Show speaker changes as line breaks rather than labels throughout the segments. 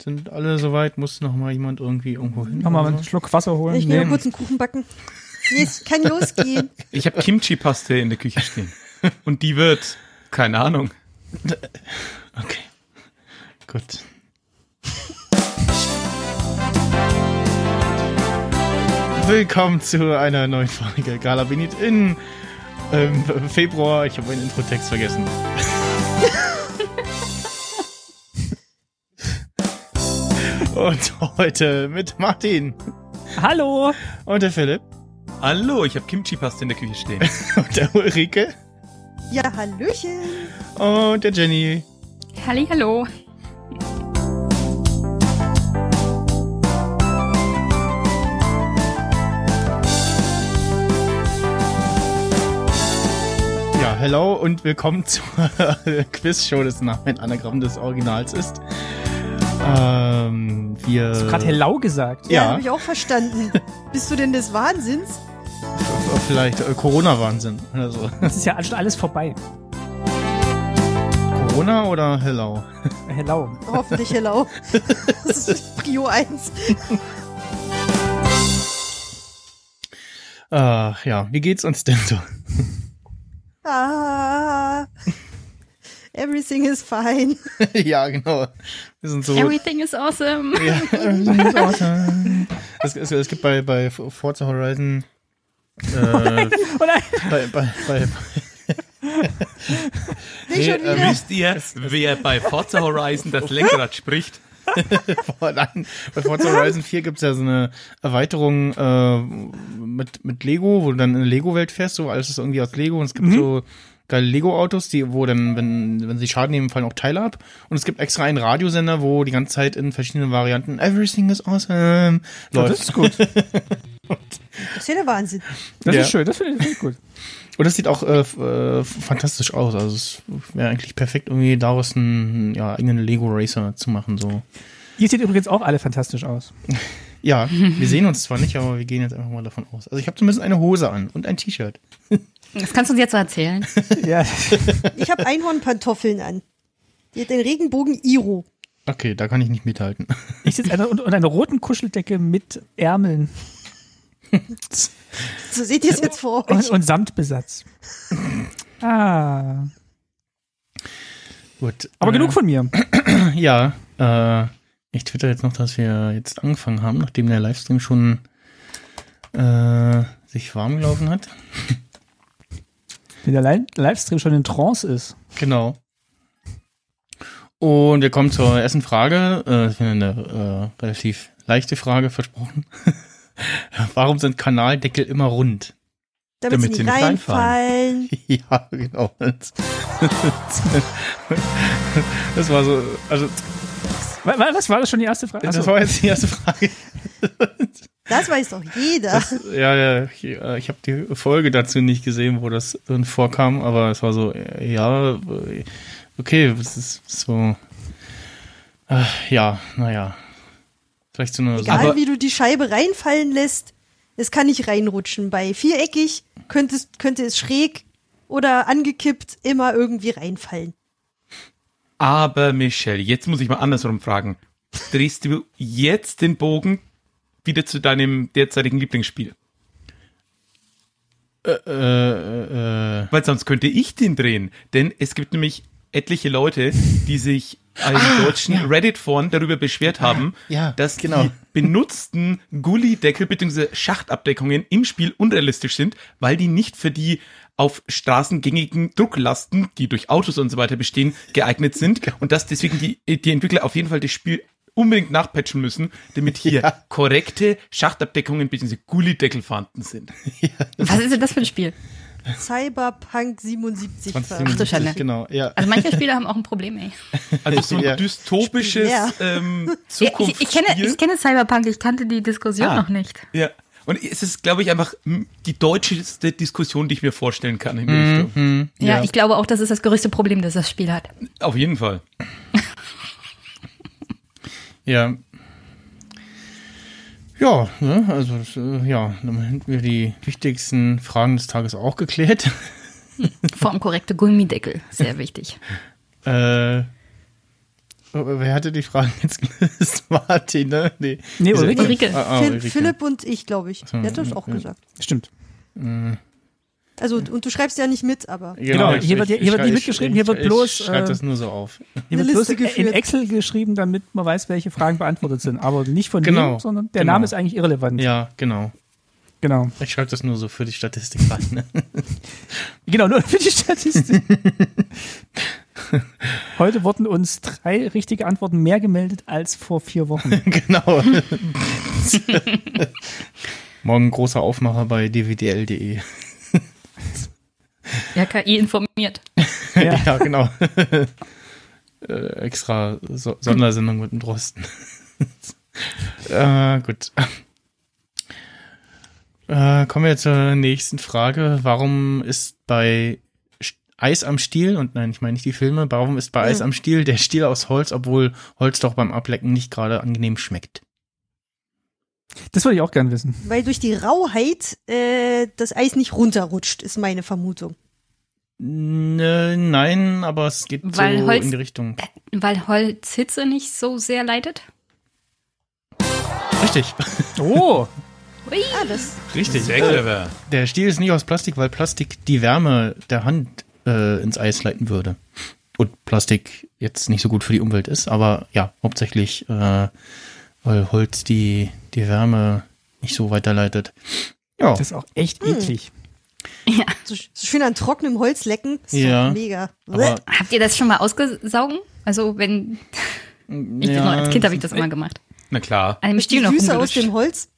Sind alle soweit? Muss noch mal jemand irgendwie irgendwo hin?
Nochmal
oder
einen Schluck Wasser holen.
Ich will nur kurz einen Kuchen backen. Jetzt kann losgehen.
Ich habe Kimchi-Paste in der Küche stehen. Und die wird, keine Ahnung.
so? Okay. Gut. Willkommen zu einer neuen Folge Gala Benit in ähm, Februar. Ich habe meinen Introtext vergessen. Und heute mit Martin
Hallo.
und der Philipp
Hallo, ich habe Kimchi-Paste in der Küche stehen.
und der Ulrike
Ja, Hallöchen.
und der Jenny.
Halli, hallo.
Ja, hello und willkommen zur Quizshow, dessen Name ein Anagramm des Originals ist. Ähm, wir.
Hast du gerade hellau gesagt?
Ja.
habe ich auch verstanden. Bist du denn des Wahnsinns?
Vielleicht äh, Corona-Wahnsinn oder so.
Das ist ja schon alles vorbei.
Corona oder hello?
Hellau.
Hoffentlich hello. Das ist Prio 1.
Ach Äh, ja, wie geht's uns denn so?
Ah, everything is fine.
ja, genau. Wir sind so.
Everything is awesome.
Ja, everything's awesome. es, es, es gibt bei, bei Forza Horizon. Äh,
Und ein,
bei, bei, bei,
Nicht schon
ähm,
wieder.
Wisst ihr, wer bei Forza Horizon das Lenkrad spricht?
Boah, nein. Bei Forza Horizon 4 gibt's ja so eine Erweiterung äh, mit, mit Lego, wo du dann in eine Lego-Welt fährst, so alles ist irgendwie aus Lego und es gibt so geile Lego-Autos, die, wo dann, wenn, wenn sie Schaden nehmen, fallen auch Teile ab. Und es gibt extra einen Radiosender, wo die ganze Zeit in verschiedenen Varianten Everything is awesome
das
läuft.
ist gut.
Das ist ja der Wahnsinn.
Das
Ja.
ist schön. Das finde ich, find ich gut.
Und das sieht auch äh, f- äh, fantastisch aus. Also es wäre eigentlich perfekt, irgendwie daraus einen ja, eigenen Lego-Racer zu machen. So.
Ihr seht übrigens auch alle fantastisch aus.
Ja, wir sehen uns zwar nicht, aber wir gehen jetzt einfach mal davon aus. Also ich habe zumindest eine Hose an und ein T-Shirt.
Das kannst du uns jetzt so erzählen.
Ja.
Ich habe Einhornpantoffeln an. Die hat den Regenbogen Iro.
Okay, da kann ich nicht mithalten.
Ich sitze einer- unter unter einer roten Kuscheldecke mit Ärmeln
So seht ihr es jetzt vor
und,
euch.
und Samtbesatz. Ah.
Gut.
Aber
äh,
genug von mir.
Ja, äh, ich twitter jetzt noch, dass wir jetzt angefangen haben, nachdem der Livestream schon äh, sich warm gelaufen hat.
Wenn der Li- Livestream schon in Trance ist.
Genau. Und wir kommen zur ersten Frage. Äh, Das wäre eine äh, relativ leichte Frage, versprochen. Warum sind Kanaldeckel immer rund?
Damit,
damit
sie
sie
nicht
nicht
reinfallen.
ja, genau. Das, das war so, also
Wa- wa- Was war das schon die erste Frage?
das
Achso.
war jetzt die erste Frage.
Das weiß doch jeder.
Ja, ja, ich, äh, ich habe die Folge dazu nicht gesehen, wo das drin vorkam, aber es war so, äh, ja, äh, okay, das ist so, äh, ja, naja. Vielleicht so eine,
Egal
Aber-
wie du die Scheibe reinfallen lässt, es kann nicht reinrutschen. Bei viereckig könnte es, könnte es schräg oder angekippt immer irgendwie reinfallen.
Aber Michelle, jetzt muss ich mal andersrum fragen. Drehst du jetzt den Bogen wieder zu deinem derzeitigen Lieblingsspiel?
äh, äh,
Weil sonst könnte ich den drehen. Denn es gibt nämlich etliche Leute, die sich an deutschen Reddit-Foren darüber beschwert haben,
Ah, ja,
dass
genau.
die benutzten Gullideckel bzw. Schachtabdeckungen im Spiel unrealistisch sind, weil die nicht für die auf Straßen gängigen Drucklasten, die durch Autos und so weiter bestehen, geeignet sind und dass deswegen die, die Entwickler auf jeden Fall das Spiel unbedingt nachpatchen müssen, damit hier korrekte Schachtabdeckungen bzw. Gullideckel vorhanden sind.
Was ist denn das für ein Spiel?
Cyberpunk 77.
20
du Schande.
genau, ja.
Also manche Spiele haben auch ein Problem, ey.
Also so ein
Ja.
dystopisches
Ja.
ähm,
Ich, ich,
Zukunftsspiel.
kenne, ich kenne Cyberpunk, ich kannte die Diskussion
Ah.
noch nicht.
ja. Und es ist, glaube ich, einfach m, die deutscheste Diskussion, die ich mir vorstellen kann in die Richtung.
Ja,
Ja.
ich glaube auch, das ist das größte Problem, das das Spiel hat.
Auf jeden Fall.
Ja. Ja, ne, also das, äh, ja, dann hätten wir die wichtigsten Fragen des Tages auch geklärt.
Formkorrekte Gummideckel, sehr wichtig.
Äh, Wer hatte die Fragen jetzt? Das war Martin, ne? Nee.
Nee,
Diese-
Ulrike.
Ulrike.
Ah, ah,
Phil,
Ulrike.
Philipp und ich, glaube ich. Der hat das auch
ja.
gesagt.
Stimmt.
Also, und du schreibst ja nicht mit, aber.
Genau, hier wird- hier wird
schrei-
nicht mitgeschrieben, hier wird
ich,
bloß,
Ich schreibe
äh,
das nur so auf.
Hier
Eine
wird bloß
Liste
in
geführt.
Excel geschrieben, damit man weiß, welche Fragen beantwortet sind. Aber nicht von
Genau,
dem, sondern der
genau.
Name ist eigentlich irrelevant.
Ja, genau.
Genau.
Ich schreibe das nur so für die Statistik rein. Ne?
Genau, nur für die Statistik. Heute wurden uns drei richtige Antworten mehr gemeldet als vor vier Wochen.
genau. Morgen großer Aufmacher bei dwdl.de.
Ja, KI informiert.
Ja,
Ja.
genau. äh, extra so Sondersendung mit dem Drosten. äh, gut. Äh, kommen wir zur nächsten Frage. Warum ist bei Sch- Eis am Stiel, und nein, ich meine nicht die Filme, warum ist bei Eis
Mhm.
am Stiel der Stiel aus Holz, obwohl Holz doch beim Ablecken nicht gerade angenehm schmeckt?
Das würde ich auch gerne wissen.
Weil durch die Rauheit äh, das Eis nicht runterrutscht, ist meine Vermutung.
Nö, nein, aber es geht
Weil
so
Holz-
in die Richtung.
Weil Holzhitze nicht so sehr leidet.
Richtig,
Oh,
Ah, das.
richtig.
Sehr clever.
Der Stiel ist nicht aus Plastik, weil Plastik die Wärme der Hand äh, ins Eis leiten würde. Und Plastik jetzt nicht so gut für die Umwelt ist, aber ja, hauptsächlich, äh, weil Holz die, die Wärme nicht so weiterleitet. Ja,
das ist auch echt eklig.
So, sch- so schön an trockenem Holz lecken. Ist
Ja.
ja. Mega.
aber
Habt ihr das schon mal ausgesaugen? Also wenn ich
ja,
noch als Kind habe ich das immer gemacht.
Na klar.
An dem
Ist die
Stiel noch
Füße aus
rumgelutscht.
dem Holz.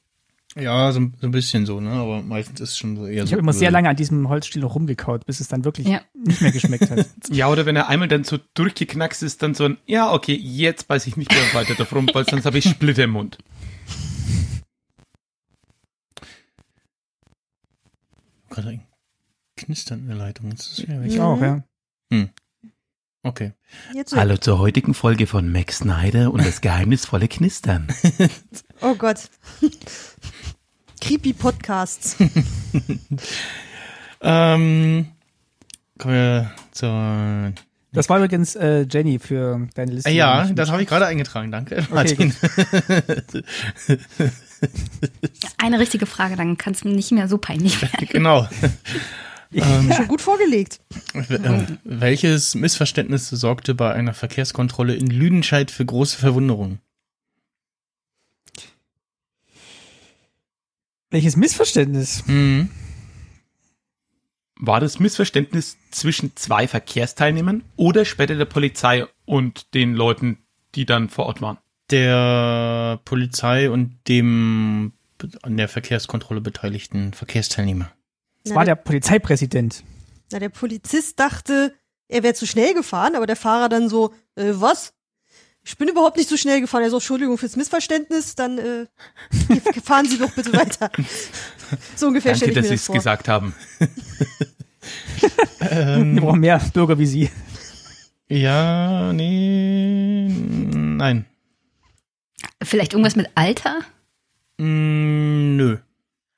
ja so, so ein bisschen so, ne? Aber meistens ist es schon so eher so.
Ich habe immer sehr
ölig.
lange an diesem Holzstiel noch rumgekaut, bis es dann wirklich
Ja.
nicht mehr geschmeckt hat.
Ja, oder wenn er einmal dann so durchgeknackst ist, dann so ein, ja, okay, jetzt beiß ich nicht mehr weiter drauf rum, weil sonst habe ich Splitter im Mund.
Gerade ein Knistern in der Leitung. Jetzt ist es wieder weg.
Ich auch, ja.
Okay.
Jetzt so.
Hallo zur heutigen Folge von Max Snyder und das geheimnisvolle Knistern.
Oh Gott. Creepy Podcasts.
Ähm, kommen wir zur. Ah
Das war übrigens äh, Jenny für deine Liste.
Ja,
Nicht-
das habe ich gerade eingetragen, danke. Martin.
Eine richtige Frage, dann kann es mir nicht mehr so peinlich werden.
genau.
Schon gut vorgelegt.
W- ähm, Welches Missverständnis sorgte bei einer Verkehrskontrolle in Lüdenscheid für große Verwunderung?
Welches Missverständnis?
Mhm.
War das Missverständnis zwischen zwei Verkehrsteilnehmern oder später der Polizei und den Leuten, die dann vor Ort waren?
Der Polizei und dem be- an der Verkehrskontrolle beteiligten Verkehrsteilnehmer.
Es
Na,
war der Polizeipräsident.
Na, der Polizist dachte, er wäre zu schnell gefahren, aber der Fahrer dann so, äh, was? Ich bin überhaupt nicht so schnell gefahren. Er so, Entschuldigung fürs Missverständnis, dann äh, fahren Sie doch bitte weiter. So ungefähr stelle
Danke,
ich
dass
mir
Sie
das
es
vor.
gesagt haben.
Mhm.
Wir brauchen mehr Bürger wie Sie.
Ja, nee, nein.
Vielleicht irgendwas mit Alter?
Mm, nö.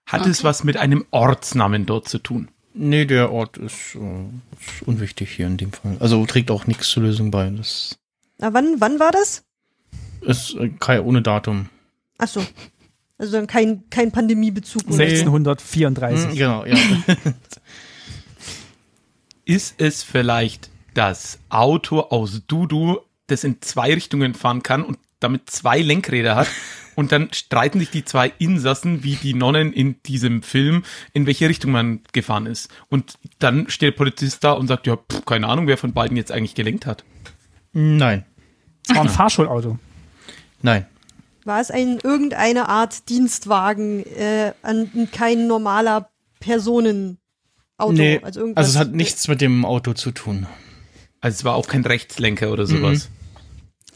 Hat es was mit einem Ortsnamen dort zu tun?
Nee, der Ort ist, äh, ist unwichtig hier in dem Fall. Also trägt auch nichts zur Lösung bei. Das
Na, wann, wann war das?
ist äh, kein, ohne Datum.
Ach so. Also dann kein, kein Pandemiebezug. oder
Nee.
so.
1634.
Mhm, genau, ja.
Ist es vielleicht das Auto aus Dudu, das in zwei Richtungen fahren kann und damit zwei Lenkräder hat? Und dann streiten sich die zwei Insassen wie die Nonnen in diesem Film, in welche Richtung man gefahren ist. Und dann steht der Polizist da und sagt, ja, pff, keine Ahnung, wer von beiden jetzt eigentlich gelenkt hat.
nein, Mhm.
Es war ein Fahrschulauto.
nein.
War es ein irgendeine Art Dienstwagen, äh, an, kein normaler Personenauto?
Nee,
also, irgendwas,
also es hat nichts mit dem Auto zu tun.
Also es war auch kein Rechtslenker oder sowas.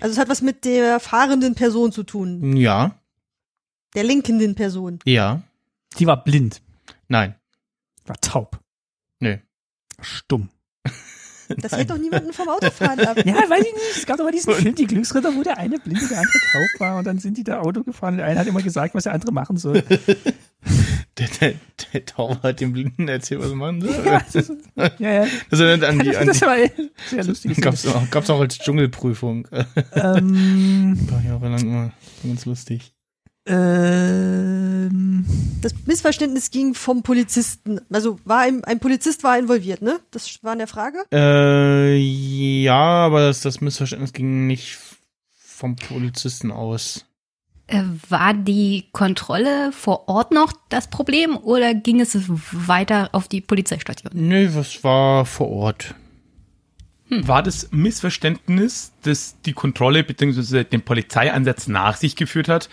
Also es hat was mit der fahrenden Person zu tun,
Ja,
der lenkenden Person.
ja,
Die war blind,
nein.
war taub,
Nö.
stumm.
Das hält doch niemanden vom Autofahren ab.
Ja, weiß ich nicht. Es gab doch mal diesen Film, die Glücksritter, wo der eine blind und der andere taub war. Und dann sind die da Auto gefahren. Der eine hat immer gesagt, was der andere machen soll.
Der, der, Der Tauber hat dem Blinden erzählt, was er machen soll.
Ja, das ist, ja, ja.
Das erinnert an die,
Das,
an
das
die
war sehr lustig.
gab's auch, gab's auch als Dschungelprüfung. äh,
Ähm,
War jahrelang immer ganz lustig.
ähm,
Das Missverständnis ging vom Polizisten. Also war ein, ein Polizist war involviert, ne? Das war in der Frage.
Äh, ja, aber das, das Missverständnis ging nicht vom Polizisten aus.
Äh, war die Kontrolle vor Ort noch das Problem oder ging es weiter auf die Polizeistation?
Nö, was war vor Ort?
War das Missverständnis, das die Kontrolle bzw. den Polizeieinsatz nach sich geführt hat,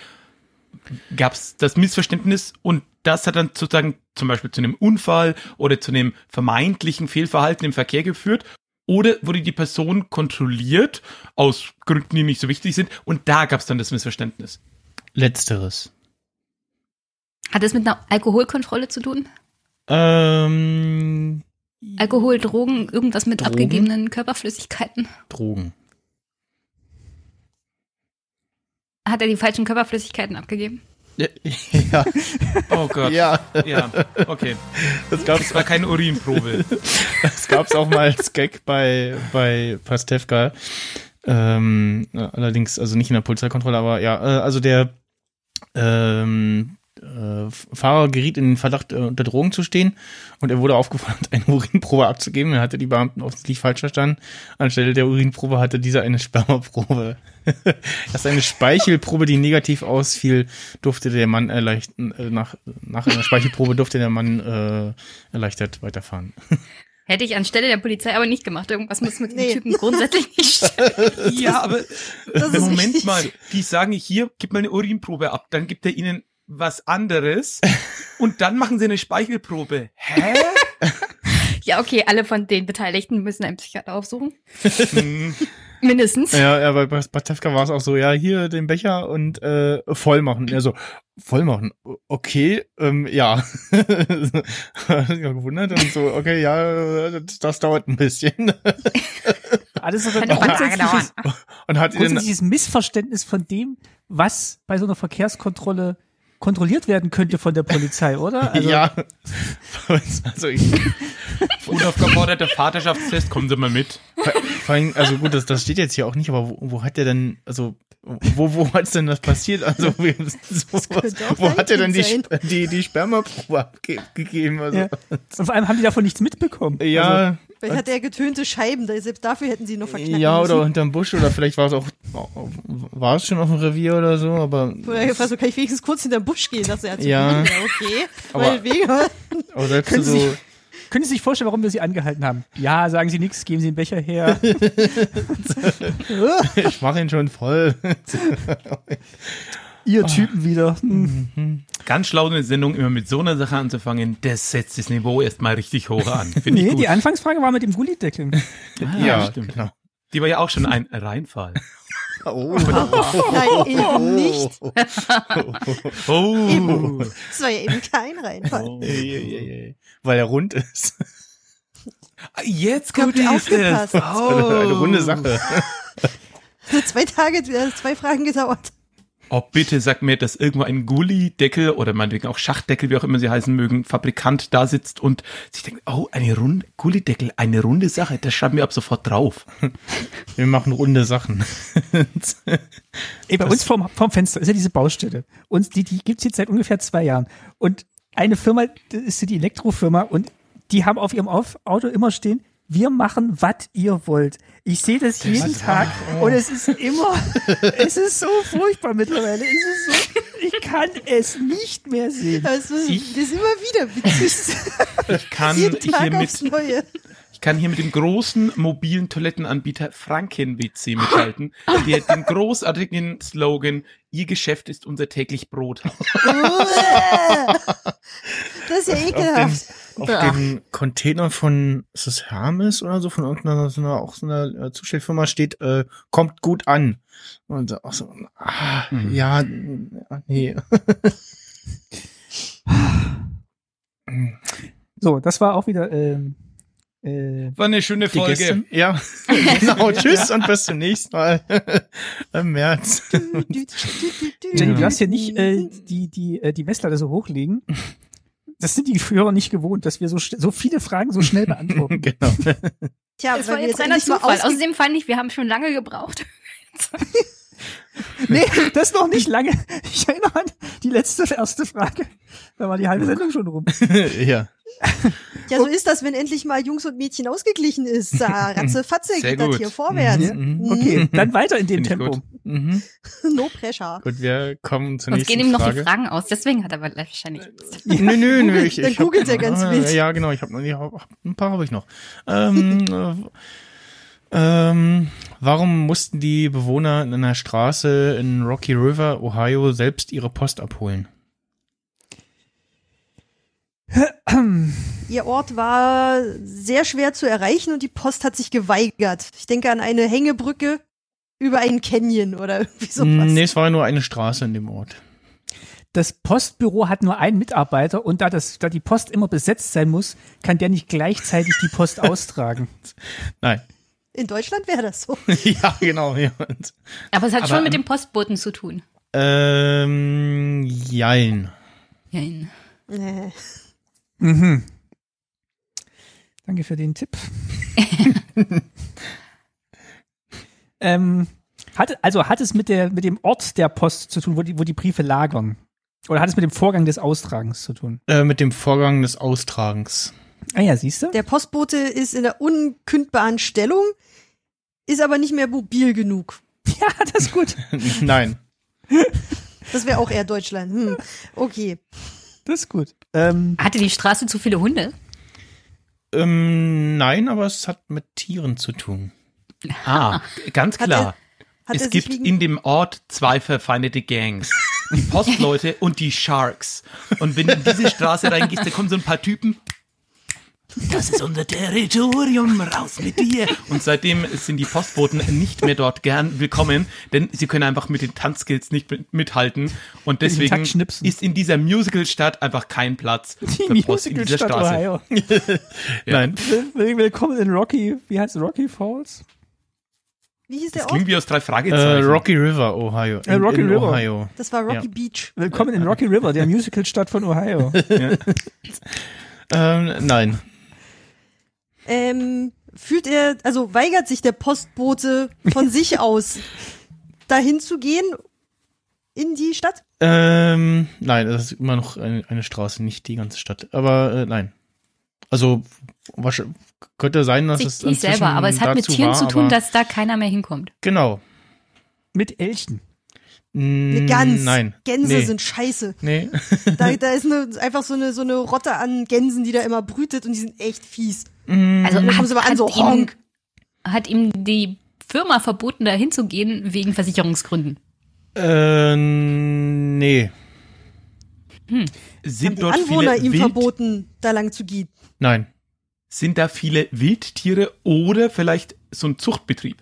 gab es das Missverständnis und das hat dann sozusagen zum Beispiel zu einem Unfall oder zu einem vermeintlichen Fehlverhalten im Verkehr geführt? Oder wurde die Person kontrolliert aus Gründen, die nicht so wichtig sind und da gab es dann das Missverständnis?
Letzteres.
Hat es mit einer Alkoholkontrolle zu tun?
Ähm,
Alkohol, Drogen, irgendwas mit
Drogen?
abgegebenen Körperflüssigkeiten?
Drogen.
Hat er die falschen Körperflüssigkeiten abgegeben?
Ja,
Oh Gott.
ja.
Ja, okay.
Das gab's,
Das war keine Urinprobe.
das gab's auch mal als Gag bei, bei Pastewka. Ähm, äh, allerdings, also nicht in der Polizeikontrolle, aber ja, äh, also der ähm, äh, Fahrer geriet in den Verdacht, äh, unter Drogen zu stehen und er wurde aufgefordert, eine Urinprobe abzugeben. Er hatte die Beamten offensichtlich falsch verstanden. Anstelle der Urinprobe hatte dieser eine Spermaprobe. Erst eine Speichelprobe, die negativ ausfiel, durfte der Mann erleicht äh, nach, nach einer Speichelprobe durfte der Mann äh, erleichtert weiterfahren.
Hätte ich anstelle der Polizei aber nicht gemacht. Irgendwas muss mit
Nee.
den Typen grundsätzlich nicht stimmen.
ja, aber
Das ist
Moment
wichtig.
mal, die sagen hier, gib mal eine Urinprobe ab, dann gibt er ihnen was anderes und dann machen sie eine Speichelprobe. Hä?
Ja, okay, alle von den Beteiligten müssen einen Psychiater aufsuchen.
Hm,
Mindestens.
Mhm. Ja, ja, bei bei Pastewka war es auch so, ja, hier den Becher und äh, voll machen. Er so, voll machen, o- okay, ähm, ja. Hat mich auch gewundert und so, okay, ja, das, das dauert ein bisschen.
alles ist
Kann doch mal lange
Genau.
grundsätzliches,
dauern.
Und hat ihn
grundsätzliches Missverständnis von dem, was bei so einer Verkehrskontrolle kontrolliert werden könnte von der Polizei, oder? Also,
ja, also ich,
unaufgeforderter Vaterschaftstest, kommen Sie mal mit.
vor, vor allem, also gut, das, das steht jetzt hier auch nicht, aber wo, wo hat der denn, also wo, wo hat's denn das passiert? Also wir- sowas,
könnte auch
wo hat er denn
dein
die,
Kind
Sp- die, die Spermaprobe abgegeben? Also,
ja. Und vor allem haben die davon nichts mitbekommen. Also,
ja.
Vielleicht hat er getönte Scheiben, da- selbst dafür hätten sie ihn noch verknackt.
Ja, oder hinterm Busch, oder vielleicht war es auch, war es schon auf dem Revier oder so, aber,
Oder er gefragt, so, kann ich wenigstens kurz hinter den Busch gehen, dass er hat so,
Ja.
ja, okay.
Aber-
Meinetwegen.
aber selbst
Können Sie
so,
können Sie sich vorstellen, warum wir sie angehalten haben? Ja, sagen Sie nichts, geben Sie den Becher her.
ich mache ihn schon voll.
Ihr Typen wieder. Hm.
Ganz schlau, eine Sendung immer mit so einer Sache anzufangen, das setzt das Niveau erstmal richtig hoch an. Finde ich
Nee,
gut.
die Anfangsfrage war mit dem Gullideckel.
Ah, stimmt.
genau.
Die war ja auch schon ein Reinfall.
Oh,
Nein, eben nicht.
Oh,
Das war ja eben kein Reinfall.
Ey, ey, ey, ey. Weil er rund ist.
jetzt
Ich hab
kommt es.
aufgepasst.
Eine, eine
Oh.
runde Sache.
Zwei Tage, äh, zwei Fragen gedauert.
Oh, bitte sag mir, dass irgendwo ein Gulli-Deckel oder meinetwegen auch Schachtdeckel, wie auch immer sie heißen mögen, Fabrikant da sitzt und sich denkt, oh, eine runde, Gulli-Deckel, eine runde Sache, das schreiben wir ab sofort drauf.
Wir machen runde Sachen.
Ey, bei uns vorm, vorm Fenster ist ja diese Baustelle. Und die, die gibt's jetzt seit ungefähr zwei Jahren. Und eine Firma, das ist die Elektrofirma, und die haben auf ihrem auf Auto immer stehen, wir machen, was ihr wollt. Ich sehe das jeden Tag
Oh.
und es ist immer, es ist so furchtbar mittlerweile. Es ist so, ich kann es nicht mehr sehen.
Aber es ist, das ist Also, immer wieder witzig.
Ich kann
Jeden Tag
hier
aufs
mit,
Neue.
ich kann hier mit dem großen mobilen Toilettenanbieter Franken-WC mithalten, der den großartigen Slogan, ihr Geschäft ist unser täglich Brot hat.
Das ist ja
Auf
ekelhaft.
den, auf den Container von, ist das Hermes oder so, von irgendeiner, so einer, auch so einer äh, Zustellfirma steht, äh, kommt gut an. Und auch so, ah,
Mhm.
ja, n- ah, nee.
So, das war auch wieder, ähm, äh,
War eine schöne
Die
Folge.
Gäste? Ja. genau, tschüss und bis zum nächsten Mal im März. Ja.
Jenny,
Mhm.
äh, du hast hier nicht äh, die, die, äh, die Messlatte so hochlegen. das sind die Führer nicht gewohnt, dass wir so, sch- so viele Fragen so schnell beantworten.
genau.
Tja,
Das
weil
war
wir
jetzt reiner
endlich mal
Zufall.
ausge-
Außerdem fand ich, wir haben schon lange gebraucht.
nee, das noch nicht lange. Ich erinnere an die letzte, erste Frage. Da war die halbe Sendung schon rum.
ja.
Ja, so ist das, wenn endlich mal Jungs und Mädchen ausgeglichen ist. Da ratze fatze
Sehr
geht das
gut.
hier vorwärts.
Mhm, mhm.
Okay, dann weiter in dem
Finde ich
Tempo.
gut.
Mhm.
No pressure.
Gut, wir kommen zur
Sonst
nächsten
gehen ihm noch
Frage.
die Fragen aus. Deswegen hat er wahrscheinlich Angst.
Nö, nö, nö. Ich,
dann
ich hab
googelt
noch-
er ganz
ah,
wild.
Ja, genau. Ich habe noch ich hab, ein paar habe ich noch. Ähm, äh, ähm, warum mussten die Bewohner in einer Straße in Rocky River, Ohio, selbst ihre Post abholen?
Ihr Ort war sehr schwer zu erreichen und die Post hat sich geweigert. Ich denke an eine Hängebrücke über einen Canyon oder irgendwie sowas.
Mm, nee, es war nur eine Straße in dem Ort.
Das Postbüro hat nur einen Mitarbeiter und da, das, da die Post immer besetzt sein muss, kann der nicht gleichzeitig die Post austragen.
Nein.
In Deutschland wäre das so.
ja, genau. Ja.
Aber es hat
Aber,
schon mit
ähm,
dem Postboten zu tun.
Ähm, jein.
Ja,
Nee.
Mhm. Danke für den Tipp. ähm, hat, also hat es mit, der, mit dem Ort der Post zu tun, wo die, wo die Briefe lagern? Oder hat es mit dem Vorgang des Austragens zu tun?
Äh, mit dem Vorgang des Austragens.
Ah ja, siehst du?
Der Postbote ist in der unkündbaren Stellung, ist aber nicht mehr mobil genug.
Ja, das ist gut.
Nein.
Das wäre auch eher Deutschland. Hm. Okay.
Das ist gut. Ähm,
Hatte die Straße zu viele Hunde?
Ähm, nein, aber es hat mit Tieren zu tun.
Ah, ganz
Hat
klar.
Hat er
es
sich
gibt
wegen
in dem Ort zwei verfeindete Gangs. Die Postleute und die Sharks. Und wenn du in diese Straße reingehst, da kommen so ein paar Typen. Das ist unser Territorium, raus mit dir. Und seitdem sind die Postboten nicht mehr dort gern willkommen, denn sie können einfach mit den Tanzskills nicht mit- mithalten. Und
den
deswegen
Takt schnipsen.
ist in dieser Musical-Stadt einfach kein Platz
die
für Post in dieser
Musicalstadt
Straße.
Ohio.
Nein. Äh,
Will- Willkommen in Rocky, wie heißt Rocky Falls?
Wie hieß
Das
der Ort?
klingt wie aus drei
Äh,
Fragezeichen.
Rocky River, Ohio. In,
Äh, Rocky
in
River.
Ohio.
Das war Rocky
Ja.
Beach.
Willkommen in Rocky River, der Musicalstadt von Ohio.
Ähm, nein.
Ähm, fühlt er, also weigert sich der Postbote von sich aus, dahin zu gehen in die Stadt?
Ähm, nein, das ist immer noch eine, eine Straße, nicht die ganze Stadt. Aber äh, nein. Also wasch- könnte sein, dass es
Sieht nicht
inzwischen
selber, aber es hat mit
dazu
Tieren
war,
zu tun,
aber-
dass da keiner mehr hinkommt.
genau.
Mit Elchen.
Eine
Mm,
Gans.
Nein.
Gänse
nee.
sind scheiße.
Nee.
Da, da ist eine, einfach so eine, so eine Rotte an Gänsen, die da immer brütet und die sind echt fies.
Hm.
Also
Da
hat,
kommen sie aber an, so
hat, ihm,
honk.
hat ihm die Firma verboten, da hinzugehen, wegen Versicherungsgründen.
äh, nee.
Haben
Sind
die
dort
Anwohner
viele
ihm
Wild-
verboten, da lang zu gehen.
Nein.
Sind da viele Wildtiere oder vielleicht so ein Zuchtbetrieb?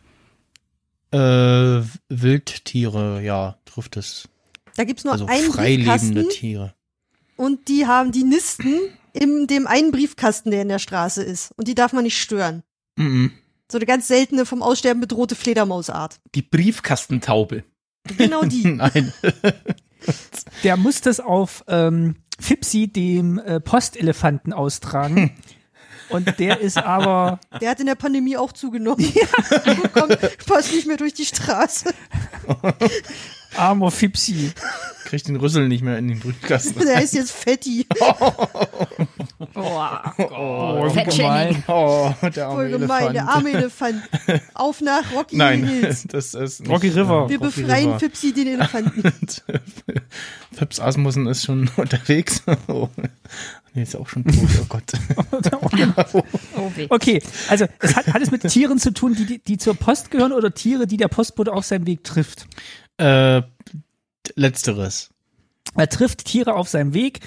Äh, Wildtiere, ja, trifft es.
Da gibt's nur
Also
einen
freilebende
Briefkasten
Tiere.
und die haben die Nisten in dem einen Briefkasten, der in der Straße ist. Und die darf man nicht stören.
Mhm.
So eine ganz seltene, vom Aussterben bedrohte Fledermausart.
Die Briefkastentaube.
Genau die.
Nein.
Der muss das auf ähm, Fipsi, dem äh, Postelefanten, austragen. Und der ist aber,
Der hat in der Pandemie auch zugenommen. Kommt, passt nicht mehr durch die Straße.
armer Fipsi.
Kriegt den Rüssel nicht mehr in den Briefkasten.
Der ist jetzt fetti.
Oh,
Fat
gemein.
Oh, der arme
Voll gemein. Der
Elefant.
arme Elefant. Auf nach Rocky
Nein,
Hills.
das ist nicht,
Rocky River.
Wir
Rocky
befreien
River.
Fipsi den Elefanten.
Pips Asmussen ist schon unterwegs. Oh. Nee, ist auch schon tot. Oh Gott.
Oh, weh.
Okay, also es hat, hat es mit Tieren zu tun, die, die, die zur Post gehören oder Tiere, die der Postbote auf seinem Weg trifft?
äh, letzteres.
Er trifft Tiere auf seinem Weg,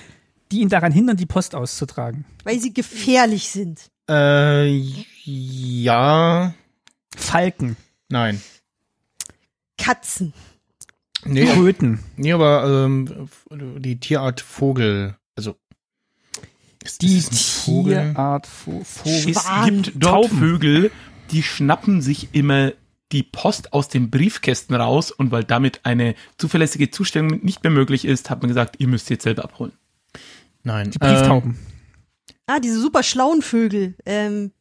die ihn daran hindern, die Post auszutragen.
Weil sie gefährlich sind.
Äh, ja.
Falken,
Nein.
Katzen.
Nee, aber-
Kröten,
nee aber ähm, die Tierart Vogel. Also. Ist,
die
ist es ein Vogel?
Tierart Vo- Vogel.
Es
Schwan.
gibt dort
Tauben.
Vögel, die schnappen sich immer die Post aus den Briefkästen raus und weil damit eine zuverlässige Zustellung nicht mehr möglich ist, hat man gesagt, ihr müsst sie jetzt selber abholen.
Nein. ähm,
Die Brieftauben.
Ah, diese super schlauen Vögel, ähm,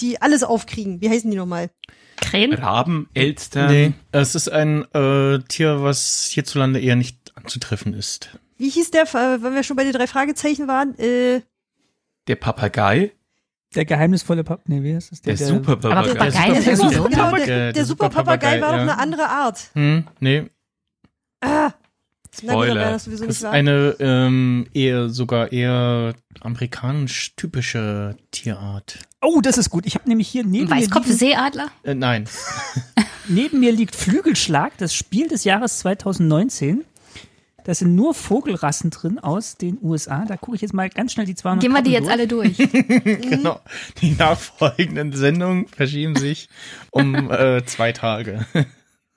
die alles aufkriegen. Wie heißen die nochmal?
Krähen?
Raben, Elster.
nee, es ist ein äh, Tier, was hierzulande eher nicht anzutreffen ist.
Wie hieß der, äh, wenn wir schon bei den drei Fragezeichen waren? Äh,
Der Papagei,
Der geheimnisvolle Pap. Nee, wie heißt das?
der, Superpapagei.
Aber Papagei
Der
ist ja
Super-
so.
Papagei.
genau,
Papagei,
der, der
der
super Papagei
Superpapagei,
war doch
ja.
eine andere Art.
Hm, nee,
Ah, na gut, dann wäre
Spoiler.
das sowieso
das
nicht
ist
wahr.
eine ähm, eher sogar eher amerikanisch-typische Tierart.
Oh, das ist gut. Ich habe nämlich hier neben mir, liegen,
Weißkopfseeadler?
Äh, nein.
neben mir liegt Flügelschlag, das Spiel des Jahres 2019. Da sind nur Vogelrassen drin aus den USA. Da gucke ich jetzt mal ganz schnell die 200
Gehen wir die jetzt
Karten
alle durch.
Genau. Die nachfolgenden Sendungen verschieben sich um äh, zwei Tage.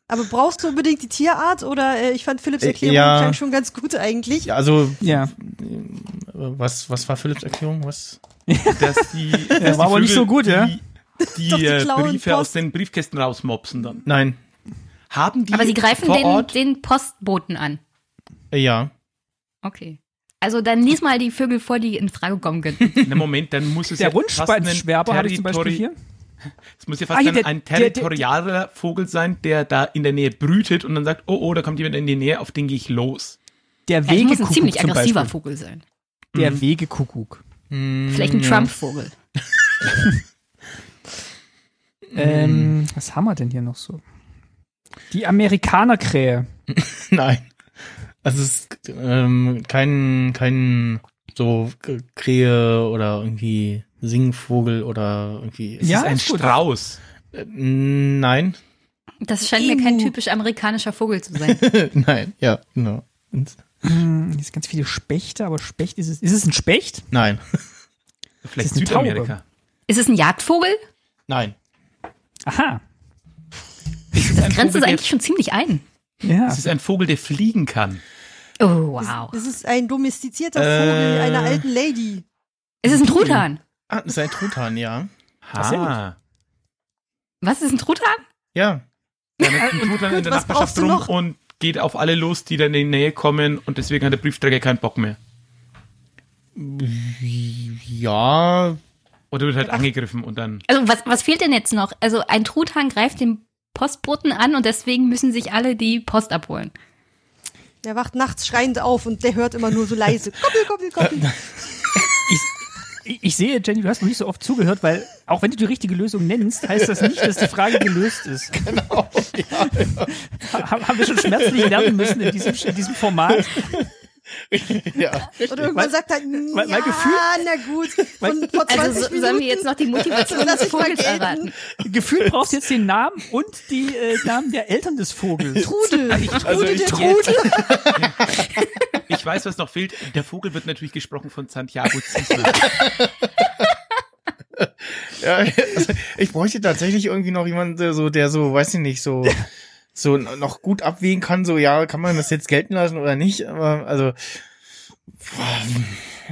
Aber brauchst du unbedingt die Tierart? Oder äh, ich fand Philipps
Äh,
Erklärung
ja.
klang schon ganz gut eigentlich.
Ja, Also,
durch. Ja,
was, was war Philips Erklärung? Was?
dass die, dass die
war aber nicht
Vögel
so gut, ja?
Die, die,
Doch, die
äh,
klauen
Briefe
Post.
aus den Briefkästen rausmopsen dann.
Nein.
Haben die
Aber sie greifen
vor
den,
Ort
den Postboten an.
Äh, Ja.
Okay. Also dann lies mal die Vögel vor, die in Frage kommen könnten.
Na Moment, dann muss es
der
ja fast ein
Rundspanschwerber habe ich zum Beispiel
Territori-
hier.
Es muss ja fast
Ah, hier,
dann
der-
ein
der- der-
territorialer Vogel sein, der da in der Nähe brütet und dann sagt, oh, oh, da kommt jemand in die Nähe, auf den gehe ich los.
Der
Er muss ein
Wegekuckuck
ziemlich
zum
aggressiver
Beispiel.
Vogel Mhm. sein.
Der Wegekuckuck.
Vielleicht
Mm, Hm,
ein Trump-Vogel. Mhm.
Ähm, was haben wir denn hier noch so? Die Amerikanerkrähe.
Nein. Also es ist ähm, kein, kein so K- Krähe oder irgendwie Singvogel oder irgendwie.
Das
Ja,
ist ein
Ah, ist gut.
Strauß.
Äh, Nein.
Das scheint mir kein
Emu.
typisch amerikanischer Vogel zu sein.
Nein, ja, genau. Und-
Mhm.
Hm, Hier sind ganz viele Spechte, aber Specht ist es. Ist es ein Specht?
Nein.
Vielleicht
Das ist eine Taube.
Südamerika.
Ist es ein Jagdvogel?
Nein.
Aha.
Das grenzt
Vogel,
es
der-
eigentlich schon ziemlich ein.
Ja.
Es ist ein Vogel, der fliegen kann.
Oh, wow.
Das ist ein domestizierter
Äh.
Vogel einer alten Lady.
Ist es ein Truthahn?
Ah, es ist ein Truthahn, ja.
Ah, sehr
Ha.
Was ist ein Truthahn?
Ja.
Ja, dann tut dann in der
was brauchst
Nachbarschaft
du
rum
noch?
und geht auf alle los, die dann in die Nähe kommen und deswegen hat der Briefträger keinen Bock mehr.
Ja.
Oder wird halt angegriffen und dann.
Also was, was fehlt denn jetzt noch? Also ein Truthahn greift den Postboten an und deswegen müssen sich alle die Post abholen.
Der wacht nachts schreiend auf und der hört immer nur so leise. Koppel, koppel,
Äh,
koppel.
Ich, ich- ich sehe, Jenny, du hast noch nicht so oft zugehört, weil auch wenn du die richtige Lösung nennst, heißt das nicht, dass die Frage gelöst ist. Genau. Ja. Ha- Haben wir schon schmerzlich lernen müssen in diesem, in diesem Format.
ja.
Und irgendwann
Weil-
sagt er,
weil
ja,
Gefühl-
na gut. Von, vor 20
Also so,
Minuten.
sollen wir jetzt noch die Motivation
Lass
des
ich mal
Vogels
gelten.
erraten?
Gefühlt brauchst du jetzt den Namen und die äh, Namen der Eltern des Vogels.
Trudel.
Also
Trudel,
ich-
der Trudel.
Ich weiß, was noch fehlt. Der Vogel wird natürlich gesprochen von Santiago Ziesel.
Ja, also ich bräuchte tatsächlich irgendwie noch jemanden, der so, der so, weiß ich nicht, so, so noch gut abwägen kann, so, ja, kann man das jetzt gelten lassen oder nicht, aber, also,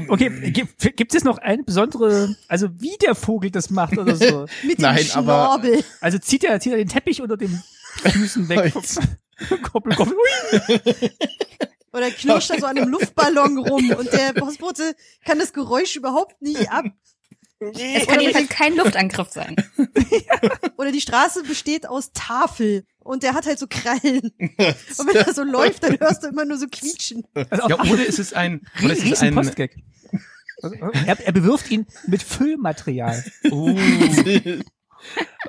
Okay, gibt, gibt es noch eine besondere, also wie der Vogel das macht oder so?
Mit dem
Nein, aber-
Schnorbel.
Also zieht er, zieht er den Teppich unter den Füßen weg. Koppel, koppel. Ui.
Oder knirscht er so an einem Luftballon rum und der Postbote kann das Geräusch überhaupt nicht ab.
Es kann jedenfalls kein Luftangriff sein.
Oder die Straße besteht aus Tafel und der hat halt so Krallen. Und wenn er so läuft, dann hörst du immer nur so quietschen.
Also auch
Ja, oder ist es ein. Oder ist es
riesen
ein
Postgag. Also, Er, er bewirft ihn mit Füllmaterial.
oh,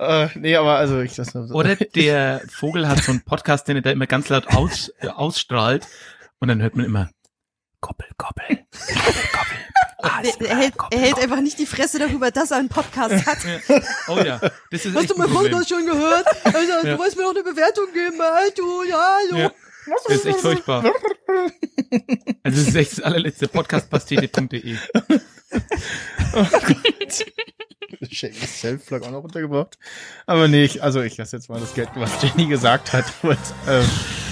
äh, nee, aber, also, ich das,
oder der Vogel hat so einen Podcast, den er da immer ganz laut aus, äh, ausstrahlt und dann hört man immer Koppel, Koppel, Koppel, Koppel. Alles
Er, er,
klar,
hält, er
Koppel,
hält einfach nicht die Fresse darüber, dass er einen Podcast hat.
Koppel. Oh ja, das ist
Hast
echt
du
ein
meinen
Problem.
Podcast schon gehört? Also,
Ja.
Du wolltest mir noch eine Bewertung geben bei iTunes. Ja, hallo.
Ja. Das ist echt furchtbar. Also das ist echt das allerletzte podcastpastete.de.
Shake Self-Plug auch noch untergebracht. Aber nee, ich, also, ich lasse jetzt mal das gelten, was Jenny gesagt hat, und, ähm,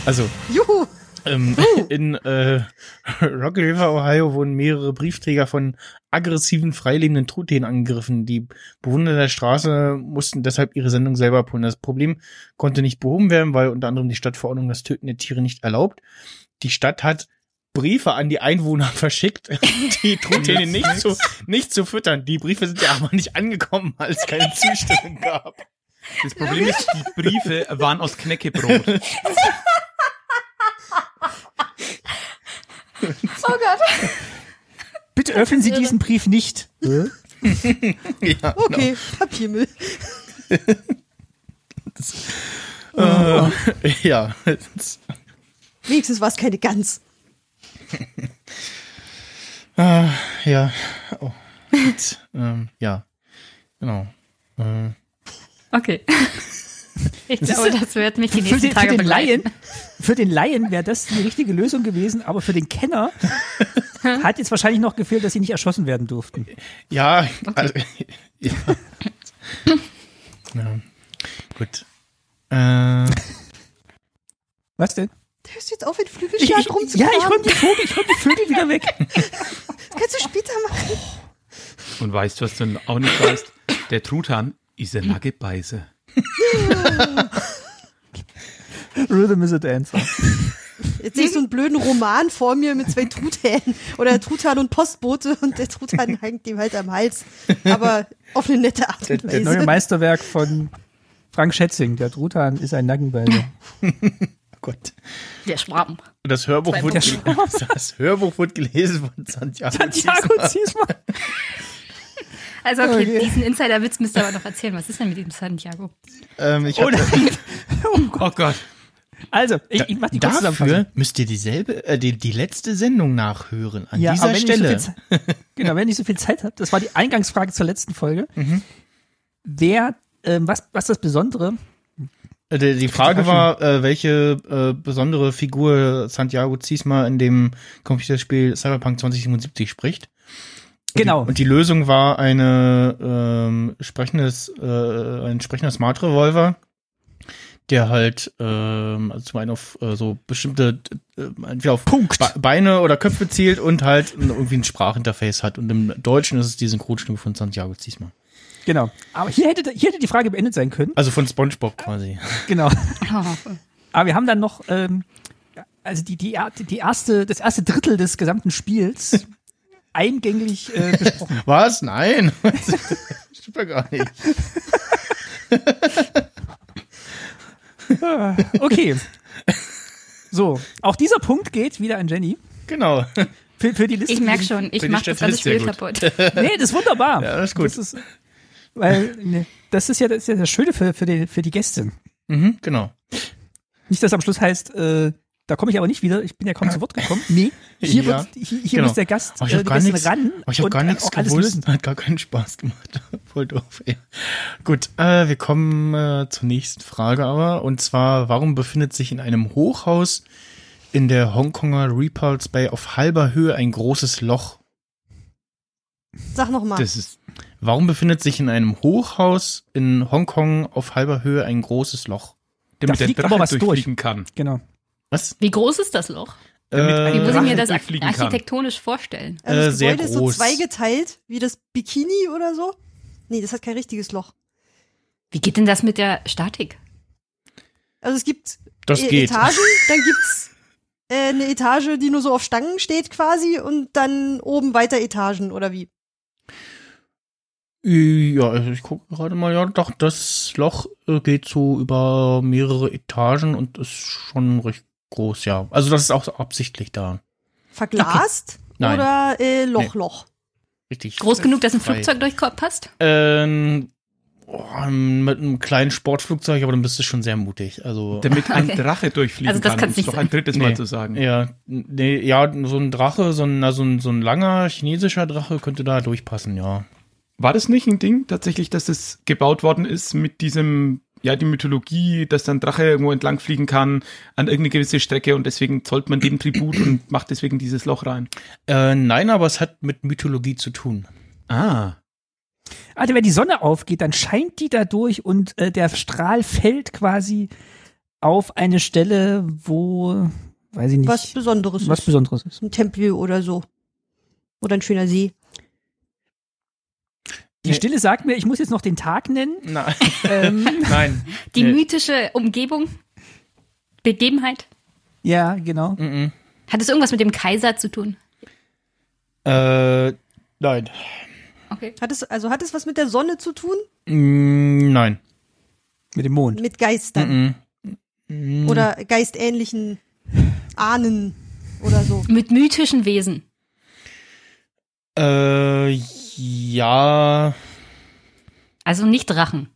also,
Juhu.
Ähm, in äh, Rocky River, Ohio, wurden mehrere Briefträger von aggressiven, freilebenden Truthähnen angegriffen. Die Bewohner der Straße mussten deshalb ihre Sendung selber abholen. Das Problem konnte nicht behoben werden, weil unter anderem die Stadtverordnung das Töten der Tiere nicht erlaubt. Die Stadt hat Briefe an die Einwohner verschickt, die Truthähne nicht zu, nicht zu füttern. Die Briefe sind ja aber nicht angekommen, weil es keine Zustimmung gab.
Das Problem ist, die Briefe waren aus Knäckebrot.
Oh Gott.
Bitte öffnen Sie diesen Brief nicht.
Ja,
Okay, Papiermüll.
äh, ja.
Wenigstens war es keine Gans.
Äh, ja. Oh. Gut, ähm, ja. Genau. Äh,
Okay. Ich glaube, das wird mich die
Für
nächsten
den, für
Tage
den Laien,
begleiten.
für den Laien wäre das die richtige Lösung gewesen, aber für den Kenner hat jetzt wahrscheinlich noch gefehlt, dass sie nicht erschossen werden durften.
Ja, also, ja. ja. Gut. Äh,
Oh Was denn?
Der ist jetzt auf den Flügelschlag
ja,
rumzufahren.
ich räume die Vögel, ich räum die Vögel wieder weg.
Das kannst du später machen.
Und weißt du, was du auch nicht weißt? Der Truthahn ist eine Naggebeise.
Rhythm is a dancer.
Jetzt sehe ich so einen blöden Roman vor mir mit zwei Truthähnen. Oder Truthahn und Postbote und der Truthahn hängt ihm halt am Hals. Aber auf eine nette Art und
Das neue
Weise.
Meisterwerk von Frank Schätzing. Der Truthahn ist ein Nackenbeiser.
oh Gott.
Der Schwarm.
Das Hörbuch,
Zwei
wurde
Wochen.
gel- das Hörbuch wurde gelesen von Santiago.
Santiago Ziesmann.
Also okay,
Okay.
diesen Insider-Witz müsst ihr aber noch erzählen. Was ist denn mit dem Santiago?
Ähm, ich hab,
Oh Gott.
Also, ich, ich mach die kurze Zusammenfassung.
dafür müsst ihr dieselbe, äh, die, die letzte Sendung nachhören an
Ja, aber
dieser
wenn
Stelle.
ihr Nicht so viel Zeit, genau, wenn ihr nicht so viel Zeit habt, das war die Eingangsfrage zur letzten Folge.
Mhm.
Wer, ähm, was, was das Besondere
Äh, die, die Frage war, äh, welche äh, besondere Figur Santiago Ziesma in dem Computerspiel Cyberpunk 2077 spricht.
Genau.
Und die Lösung war eine ähm, sprechendes, äh, ein sprechender Smart Revolver, der halt ähm, also zum einen auf äh, so bestimmte, äh, entweder auf
Punkt.
Be Beine oder Köpfe zielt und halt ein- irgendwie ein Sprachinterface hat. Und im Deutschen ist es die Synchronstimme von Santiago Ziesma.
Genau. Aber hier hätte, hier hätte die Frage beendet sein können.
Also von SpongeBob quasi.
Genau.
Oh,
Aber wir haben dann noch, ähm, also die, die, die erste, das erste Drittel des gesamten Spiels eingänglich äh, besprochen.
Was? Nein. Stimmt ja gar nicht.
Okay. So, auch dieser Punkt geht wieder an Jenny.
Genau.
Für, für die Liste.
ich merke schon, ich
Bin
mache
ich
das ganze
Statist sehr
Spiel
gut.
kaputt.
Nee, das ist wunderbar.
Ja, das ist gut.
Das ist, weil, ne, das ist ja das, ist ja das Schöne für, für, die, für die Gäste.
Mhm, genau.
Nicht, dass am Schluss heißt, äh, da komme ich aber nicht wieder, ich bin ja kaum zu Wort gekommen. Nee, hier,
Ja,
wird, hier, hier
Genau.
muss der Gast
Oh, ich habe
äh, die
gar
Gäste
nichts,
ran.
oh, ich hab
und
gar
dann
nichts
auch alles
gewusst.
lösen.
Hat gar keinen Spaß gemacht. Voll doof, ey. Gut, äh, wir kommen äh, zur nächsten Frage aber. Und zwar, warum befindet sich in einem Hochhaus in der Hongkonger Repulse Bay auf halber Höhe ein großes Loch?
Sag nochmal.
Das ist,
Warum befindet sich in einem Hochhaus in Hongkong auf halber Höhe ein großes Loch?
damit der
fliegt
Drache
aber was durch.
durchfliegen kann.
Genau.
Was?
Wie groß ist das Loch?
Damit ein
Wie muss ich
Drache
mir das
durchfliegen kann.
architektonisch vorstellen?
Also
äh,
das
sehr
Gebäude ist so
groß.
zweigeteilt, wie das Bikini oder so. Nee, das hat kein richtiges Loch.
Wie geht denn das mit der Statik?
Also es gibt
das
E-
geht.
Etagen, dann gibt's äh, eine Etage, die nur so auf Stangen steht quasi und dann oben weiter Etagen oder wie?
Ja, also ich gucke gerade mal, ja, doch, das Loch äh, geht so über mehrere Etagen und ist schon recht groß, ja. Also das ist auch absichtlich da.
Verglast
Nein.
oder äh, Loch, Loch?
Richtig.
Groß genug, dass ein
frei.
Flugzeug durchpasst?
Ähm, oh, mit einem kleinen Sportflugzeug, aber dann bist du schon sehr mutig. Also
Damit ein
Okay.
Drache durchfliegen
Also das
kann,
kann's
um es
nicht
noch
sein.
ein drittes Mal
Nee.
zu sagen.
ja, nee, ja, so ein Drache, so ein, na, so ein, so ein langer chinesischer Drache könnte da durchpassen, ja.
War das nicht ein Ding tatsächlich, dass das gebaut worden ist mit diesem, ja, die Mythologie, dass dann Drache irgendwo entlang fliegen kann an irgendeine gewisse Strecke und deswegen zollt man dem Tribut und macht deswegen dieses Loch rein?
Äh, nein, aber es hat mit Mythologie zu tun.
Ah.
Also wenn die Sonne aufgeht, dann scheint die da durch und äh, der Strahl fällt quasi auf eine Stelle, wo, weiß ich nicht,
Was Besonderes
was
ist.
Besonderes ist.
ein Tempel oder so. Oder ein schöner See.
Die Stille sagt mir, ich muss jetzt noch den Tag nennen.
Nein,
ähm,
nein.
Die
Nee.
mythische Umgebung? Begebenheit?
ja, genau.
Mm -mm.
Hat es irgendwas mit dem Kaiser zu tun?
Äh, nein.
Okay.
Hat es, also hat es was mit der Sonne zu tun?
Mm, nein.
Mit dem Mond.
Mit Geistern
Mm
oder geistähnlichen Ahnen oder so.
Mit mythischen Wesen.
Äh, ja.
Also nicht Drachen.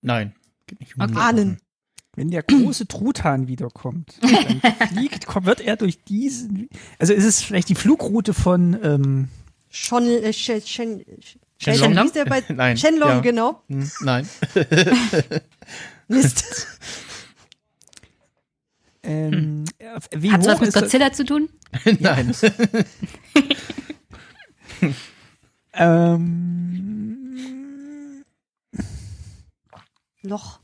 Nein. Geht nicht um
Okay.
Ahnen.
Wenn der große Truthahn wiederkommt, dann fliegt, kommt, wird er durch diesen. Also ist es vielleicht die Flugroute von. Ähm,
Schon, äh, Shen, Shen,
Shenlong?
Wie hieß der bei
Nein,
Shenlong,
ja.
genau.
Hm, Nein.
Mist.
ähm, äh, wie
Hat es
hoch
was mit
ist das-
Godzilla zu tun?
nein.
Ähm,
Loch.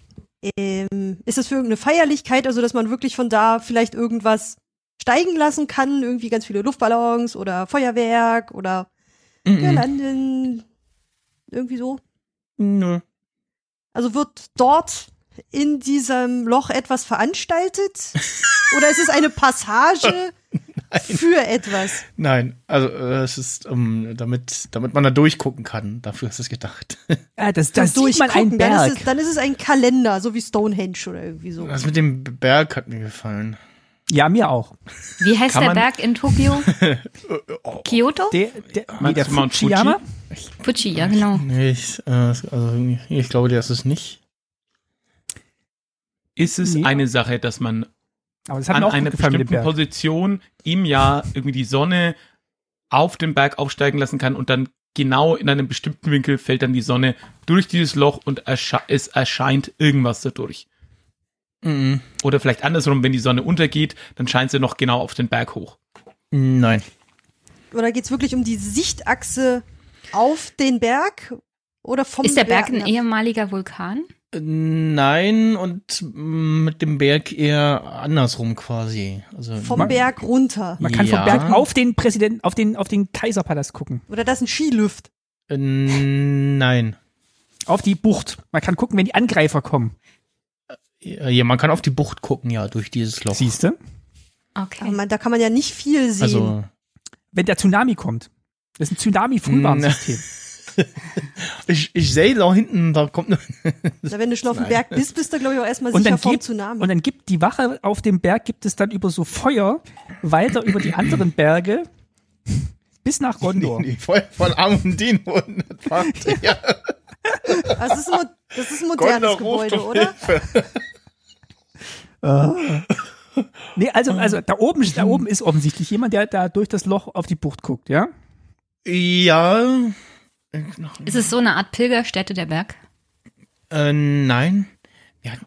Ähm, ist das für irgendeine Feierlichkeit, also dass man wirklich von da vielleicht irgendwas steigen lassen kann? Irgendwie ganz viele Luftballons oder Feuerwerk oder Girlanden. Irgendwie so.
Nö.
Also wird dort in diesem Loch etwas veranstaltet? Oder ist es eine Passage für etwas?
Nein. Also äh, es ist, ähm, damit, damit man da durchgucken kann. Dafür ist es gedacht.
ah, das, das sieht man einen
Dann,
Berg.
ist es, dann ist es ein Kalender, so wie Stonehenge oder irgendwie so.
Das mit dem Berg hat mir gefallen.
ja, mir auch.
Wie heißt
Kann
der
man-
Berg in Tokio? Kyoto?
Der, der, nee, der
du Mount Fuji?
Fujiyama?
Fuji, ja genau.
Nee, ich, äh, also, ich glaube, der ist es nicht.
Ist es
Nee.
eine Sache, dass man
Aber das hat
an
mir auch
einer
gut gefallen mit dem
bestimmten
Berg.
Position im Jahr irgendwie die Sonne auf den Berg aufsteigen lassen kann und dann genau in einem bestimmten Winkel fällt dann die Sonne durch dieses Loch und ersche es erscheint irgendwas dadurch.
Mhm.
Oder vielleicht andersrum, wenn die Sonne untergeht, dann scheint sie noch genau auf den Berg hoch.
Nein.
Oder geht's wirklich um die Sichtachse auf den Berg? Oder vom
Ist der Berg ein
ab?
ehemaliger Vulkan?
Äh, Nein und mm, mit dem Berg eher andersrum quasi. Also
vom
Man-
Berg runter?
Man kann
Ja.
vom Berg auf den Präsidenten, auf den, auf den Kaiserpalast gucken.
Oder das ist ein Skilift?
äh, nein.
Auf die Bucht. Man kann gucken, wenn die Angreifer kommen.
Äh, Ja, man kann auf die Bucht gucken, ja, durch dieses Loch.
Siehst du?
Okay.
Aber man, da kann man ja nicht viel sehen.
Also
Wenn der Tsunami kommt. Das ist ein Tsunami-Frühwarnsystem.
Hm.
ich, ich sehe da hinten, da kommt
Na, wenn du schon auf dem Berg bist, bist du, glaube ich, auch erstmal
Und
sicher
dann,
vorm
gibt,
Tsunami.
und dann gibt die Wache auf dem Berg, gibt es dann über so Feuer weiter über die anderen Berge bis nach Gondor.
die Feuer von Arm und Dean wurden. Ja,
Ah, das, ist ein, mo- das ist ein modernes Gebäude, oder?
Nee,
Ah.
also, also da, oben, da oben ist offensichtlich jemand, der da durch das Loch auf die Bucht guckt, ja?
Ja.
Ist es so eine Art Pilgerstätte, der Berg?
Äh, nein.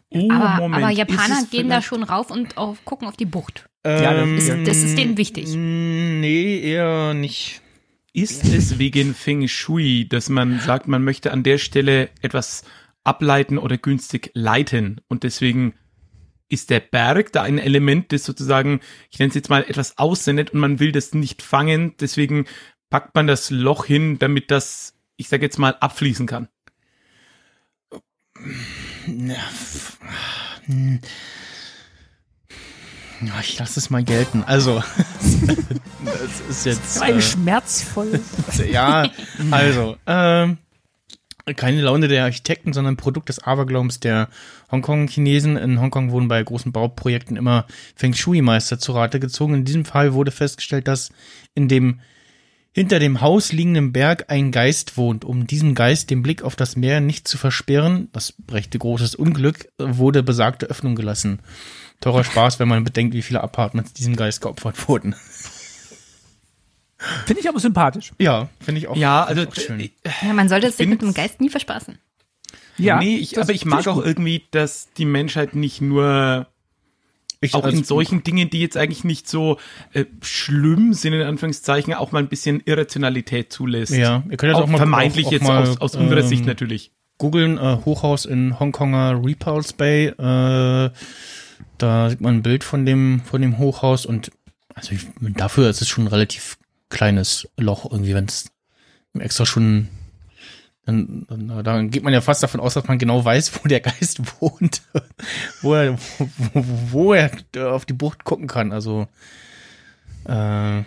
Oh,
aber, aber
ist
Japaner
es
gehen da
vielleicht-
schon rauf und auf, gucken auf die Bucht.
Ja, das ist-
Ähm,
das ist denen wichtig.
Nee, eher nicht.
Ist es wegen Feng Shui, dass man sagt, man möchte an der Stelle etwas ableiten oder günstig leiten und deswegen ist der Berg da ein Element, das sozusagen, ich nenne es jetzt mal, etwas aussendet und man will das nicht fangen, deswegen packt man das Loch hin, damit das, ich sage jetzt mal, abfließen kann.
Na, f- hm. Ja, ich lasse es mal gelten. Also, das ist jetzt.
So eine
äh,
schmerzvolle.
ja, also, ähm, keine Laune der Architekten, sondern Produkt des Aberglaubens der Hongkong-Chinesen. In Hongkong wurden bei großen Bauprojekten immer Feng Shui-Meister zu Rate gezogen. In diesem Fall wurde festgestellt, dass in dem hinter dem Haus liegenden Berg ein Geist wohnt. Um diesem Geist den Blick auf das Meer nicht zu versperren, das brächte großes Unglück, wurde besagte Öffnung gelassen. Teurer Spaß, wenn man bedenkt, wie viele Apartments diesem Geist geopfert wurden.
Finde ich aber sympathisch.
Ja, finde ich auch.
Ja,
finde
also
ich auch schön.
Ja, man sollte es sich mit
find's-
dem Geist nie verspaßen.
Ja,
nee, ich,
das
aber ich
finde
mag auch
gut.
irgendwie, dass die Menschheit nicht nur
Ich-
auch
also-
in solchen Dingen, die jetzt eigentlich nicht so äh, schlimm sind, in Anführungszeichen, auch mal ein bisschen Irrationalität zulässt.
Ja, ihr könnt das
auch,
auch, mal
vermeintlich
auch, auch
jetzt
mal,
aus, aus unserer
ähm,
Sicht natürlich.
googeln äh, Hochhaus in Hongkonger Repulse Bay. Äh, da sieht man ein Bild von dem von dem Hochhaus und also ich, dafür ist es schon ein relativ kleines Loch irgendwie, wenn es extra schon dann, dann, dann geht man ja fast davon aus, dass man genau weiß, wo der Geist wohnt, wo er, wo, wo er auf die Bucht gucken kann. Also Äh,
Na,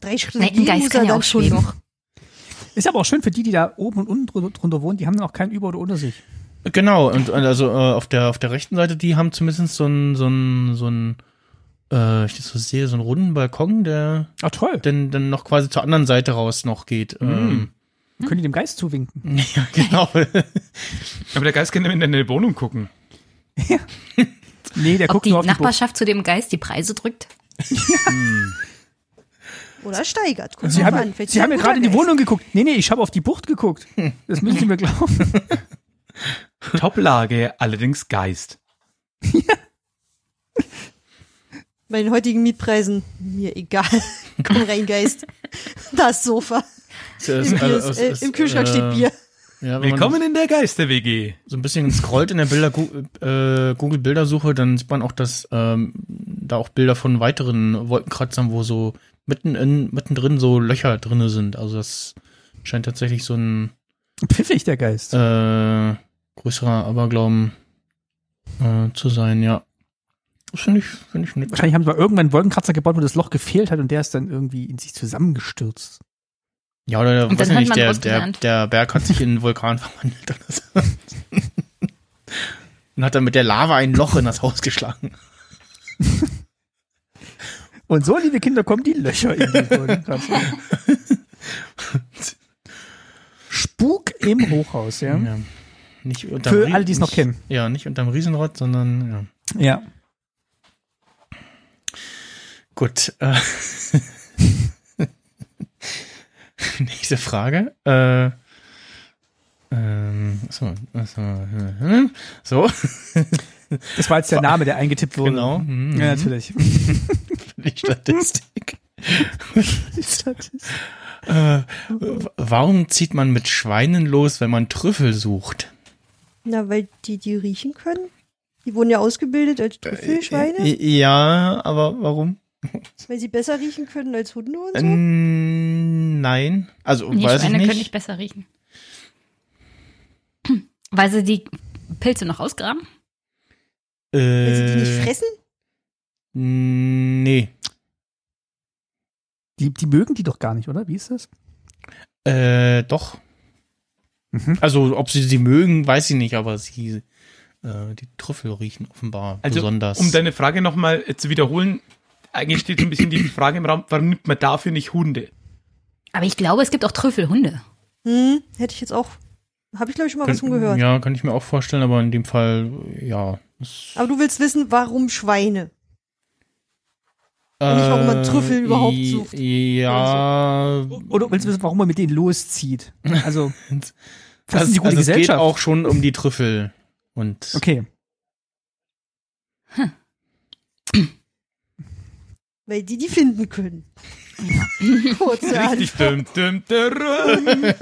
drei Schritte
Na, ein
gehen
Geist
muss
kann
er
ja
dann
auch
schon
schweben.
noch.
äh,
Ist aber auch schön für die, die da oben und unten drunter, drunter wohnen, die haben dann auch keinen über oder unter sich.
Genau, und und also äh, auf der auf der rechten Seite, die haben zumindest so einen so einen so einen äh, ich das so sehe, so einen runden Balkon, der
Ah, toll.
Hm?
dann dann noch quasi zur anderen Seite raus noch geht.
Mm.
Ähm,
Können die dem Geist zuwinken?
ja, genau.
Aber der Geist kann in deine Wohnung gucken.
Nee, der
Ob
guckt
die
nur auf die Burg.
Nachbarschaft zu dem Geist die Preise drückt?
Oder steigert. Guck
Sie
mal
haben,
an.
ja-
Vielleicht
sie
ist
haben
er
ja
ein
gerade in die
guter
Wohnung geguckt. Nee, nee, ich habe auf die Bucht geguckt.
Hm.
Das müssen Sie mir glauben.
Toplage, allerdings Geist.
Geist. Bei den heutigen Mietpreisen, mir egal. Komm rein, Geist. Das Sofa.
Es ist-
Im, Bier
also,
ist,
es
äh,
ist,
Im Kühlschrank
äh,
steht Bier.
Ja, wenn man
Willkommen in der Geister-WG.
so ein bisschen scrollt in der Bilder Gu- äh, Google Bildersuche, dann sieht man auch, dass ähm, da auch Bilder von weiteren Wolkenkratzern, wo so mitten in mittendrin so Löcher drinne sind. Also das scheint tatsächlich so ein
Pfiffig, der Geist.
äh, größerer Aberglauben äh, zu sein, ja. Das finde ich, finde ich nett.
Wahrscheinlich haben sie mal irgendwann einen Wolkenkratzer gebaut, wo das Loch gefehlt hat und der ist dann irgendwie in sich zusammengestürzt.
Ja, oder
Und
weiß
dann
ich nicht,
hat man
der,
was
der,
gelernt.
der Berg hat sich in einen Vulkan verwandelt oder so. Und hat dann mit der Lava ein Loch in das Haus geschlagen.
Und so, liebe Kinder, kommen die Löcher in den Wolkenkratzer. Spuk im Hochhaus, ja.
Ja. Nicht unterm
Für
Rie-
alle, die es noch
nicht-
kennen.
Ja, nicht unterm Riesenrad, sondern, ja.
Ja.
Gut. Äh, nächste Frage. Äh, ähm, so, so, äh, so,
Das war jetzt der Name, der eingetippt wurde.
genau. hm,
Ja, natürlich.
Die Statistik. äh, w- warum zieht man mit Schweinen los, wenn man Trüffel sucht?
Na, weil die die riechen können. Die wurden ja ausgebildet
Äh,
als Trüffelschweine,
Ä- äh, Ja, aber warum? äh.
weil sie besser riechen können als Hunde und so.
Ähm, nein. Also,
Die
weiß
Schweine
ich
können nicht
nicht.
besser riechen. Weil sie die Pilze noch ausgraben?
Weil sie die nicht
Äh,
fressen?
Nee.
Die, die mögen die doch gar nicht, oder? Wie ist das?
Äh, doch.
Mhm.
Also, ob sie sie mögen, weiß ich nicht, aber sie, äh, die Trüffel riechen offenbar
Also,
besonders.
Um deine Frage nochmal zu wiederholen, eigentlich steht so ein bisschen die Frage im Raum, warum nimmt man dafür nicht Hunde?
Aber ich glaube, es gibt auch Trüffelhunde.
Hm, hätte ich jetzt auch. Habe ich, glaube ich, schon mal was von gehört.
Ja, kann ich mir auch vorstellen, aber in dem Fall, ja. Ist,
Aber du willst wissen, warum Schweine? nicht, warum man Trüffel überhaupt
Äh, i-
sucht. Also.
Ja,
Oder willst du wissen, warum man mit denen loszieht? Also,
Das-
das ist die gute
also es
Gesellschaft.
geht auch schon um die Trüffel. Und
okay.
Weil die die finden können. Kurze
Richtig.
Antwort.
Düm, düm, dürüm.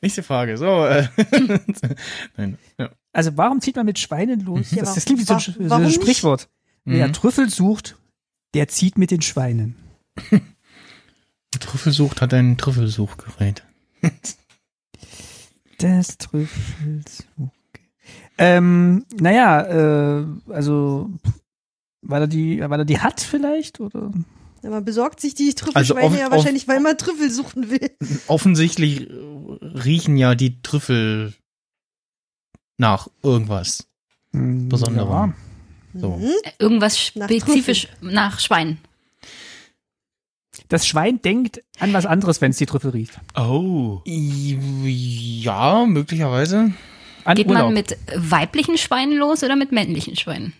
nächste Frage. So, äh, nein. Ja.
Also, warum zieht man mit Schweinen los?
Ja,
Mhm. das,
aber
das klingt wie so ein,
wa-
Sch- so
warum
ein
nicht?
Sprichwort. Wer
Mhm.
Trüffel sucht, der zieht mit den Schweinen.
Trüffelsucht hat ein Trüffelsuchgerät.
Das Trüffel sucht. Ähm, naja, äh, also, weil er, die, weil er die hat vielleicht? Oder?
Ja, man besorgt sich die Trüffelschweine
Also auf-
ja
auf-
wahrscheinlich, weil man Trüffel suchen will.
offensichtlich äh, riechen ja die Trüffel nach irgendwas.
Hm,
Besondere.
ja.
So.
Mhm.
Äh, Irgendwas
Nach
spezifisch nach Schweinen.
Das Schwein denkt an was anderes, wenn es die Trüffel riecht.
Oh.
I- Ja, möglicherweise.
An
Geht
Urlaub.
man mit weiblichen Schweinen los oder mit männlichen Schweinen?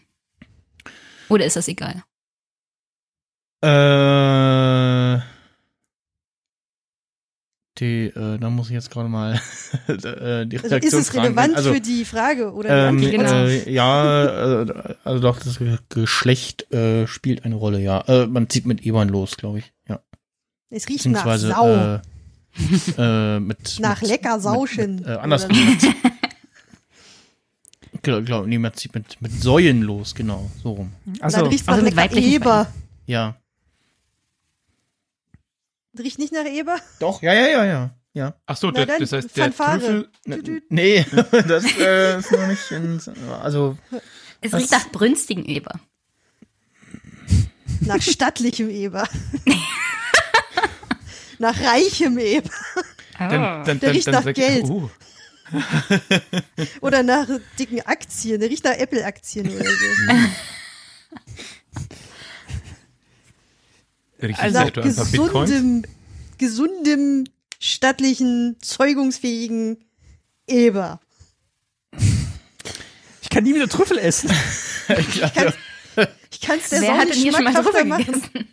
Oder ist das egal?
Äh, die, äh, da muss ich jetzt gerade mal äh, die
Also
Redaktion
ist es
fragen.
relevant
also,
für die Frage oder
ähm,
die Antwort?
äh, ja, äh, also doch, das Geschlecht äh, spielt eine Rolle, ja. Äh, man zieht mit Ebern los, glaube ich. Ja.
Es riecht nach
Beziehungsweise Äh,
Sau.
äh, mit,
nach
mit,
lecker Sauschen.
Äh, andersrum. glaub, glaub, nee, man zieht mit, mit Säuen los, genau, so rum.
Also, dann
Also,
riecht
also
nach
mit
lecker
weiblichen
Eber.
Ja.
Riecht nicht nach Eber?
Doch, ja, ja, ja, ja. ja.
Ach so,
Na
da- das
dann,
heißt, der
Fanfare.
Trüffel,
N- Nee, das äh, ist noch nicht in, also
Es
Das-
riecht nach brünstigen Eber.
Nach stattlichem Eber. nach reichem Eber.
Ah.
Dann, dann,
Der
dann,
riecht
dann
nach
sag
Geld.
Ich, oh,
Oder nach dicken Aktien. Der riecht nach Apple-Aktien oder so.
riecht
Also
also
nach
etwa ein paar Bitcoins?
gesundem, gesundem, stattlichen, zeugungsfähigen Eber.
Ich kann nie wieder Trüffel essen.
Ich kann es der
Wer
Sau
hat denn
nicht
hier schon mal
schmackhafter
drüber
machen.
gegessen?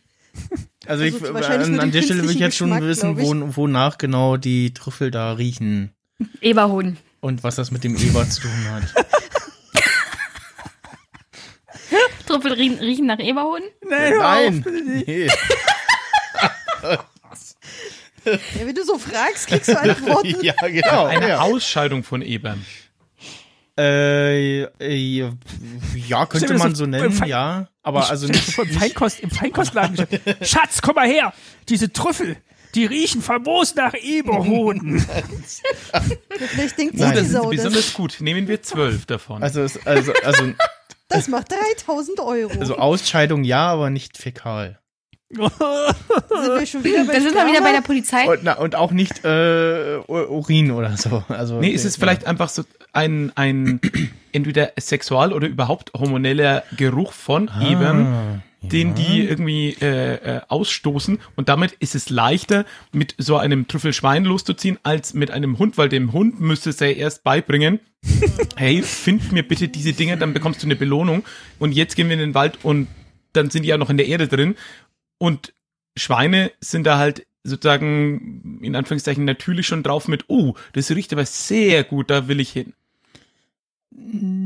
Also ich,
Also wahrscheinlich
an,
nur
an
den
der Stelle will ich
künstlichen
jetzt schon
Geschmack,
wissen,
glaub ich.
wo, wonach genau die Trüffel da riechen
Eberhuhn.
und was das mit dem Eber zu tun hat.
Trüffel riechen, riechen nach Eberhuhn?
Nein, hör
Nein!
auf, bitte nicht.
Nee.
Ja, wenn du so fragst, kriegst du Antworten.
ja, genau.
Eine
Ja,
Ausscheidung von Ebern.
äh, äh, ja könnte
mir
man
das
so
so-
nennen,
Fein-
ja. Aber also
Stell dir
nicht.
vor, Im, Feinkost, im Feinkostladen. gesagt, Schatz, komm mal her. Diese Trüffel, die riechen famos nach Eberhoden.
Vielleicht denkt sich
Nein.
Oder
die
sind sie
Sau, das,
besonders gut? Nehmen wir zwölf davon.
Also, es- also, also,
das macht 3000 Euro.
also Ausscheidung ja, aber nicht fäkal.
sind wir schon wieder bei
Da sind wir wieder
Strava?
bei der Polizei.
Und, na, und auch nicht äh, U- Urin oder so. Also,
nee, ist es vielleicht einfach so ein, ein entweder sexual oder überhaupt hormoneller Geruch von Ebern,
Ah,
den die irgendwie äh, äh, ausstoßen und damit ist es leichter, mit so einem Trüffelschwein loszuziehen, als mit einem Hund, weil dem Hund müsste es ja erst beibringen, hey, find mir bitte diese Dinge, dann bekommst du eine Belohnung und jetzt gehen wir in den Wald und dann sind die ja noch in der Erde drin und Schweine sind da halt sozusagen in Anführungszeichen natürlich schon drauf mit, oh, das riecht aber sehr gut, da will ich hin.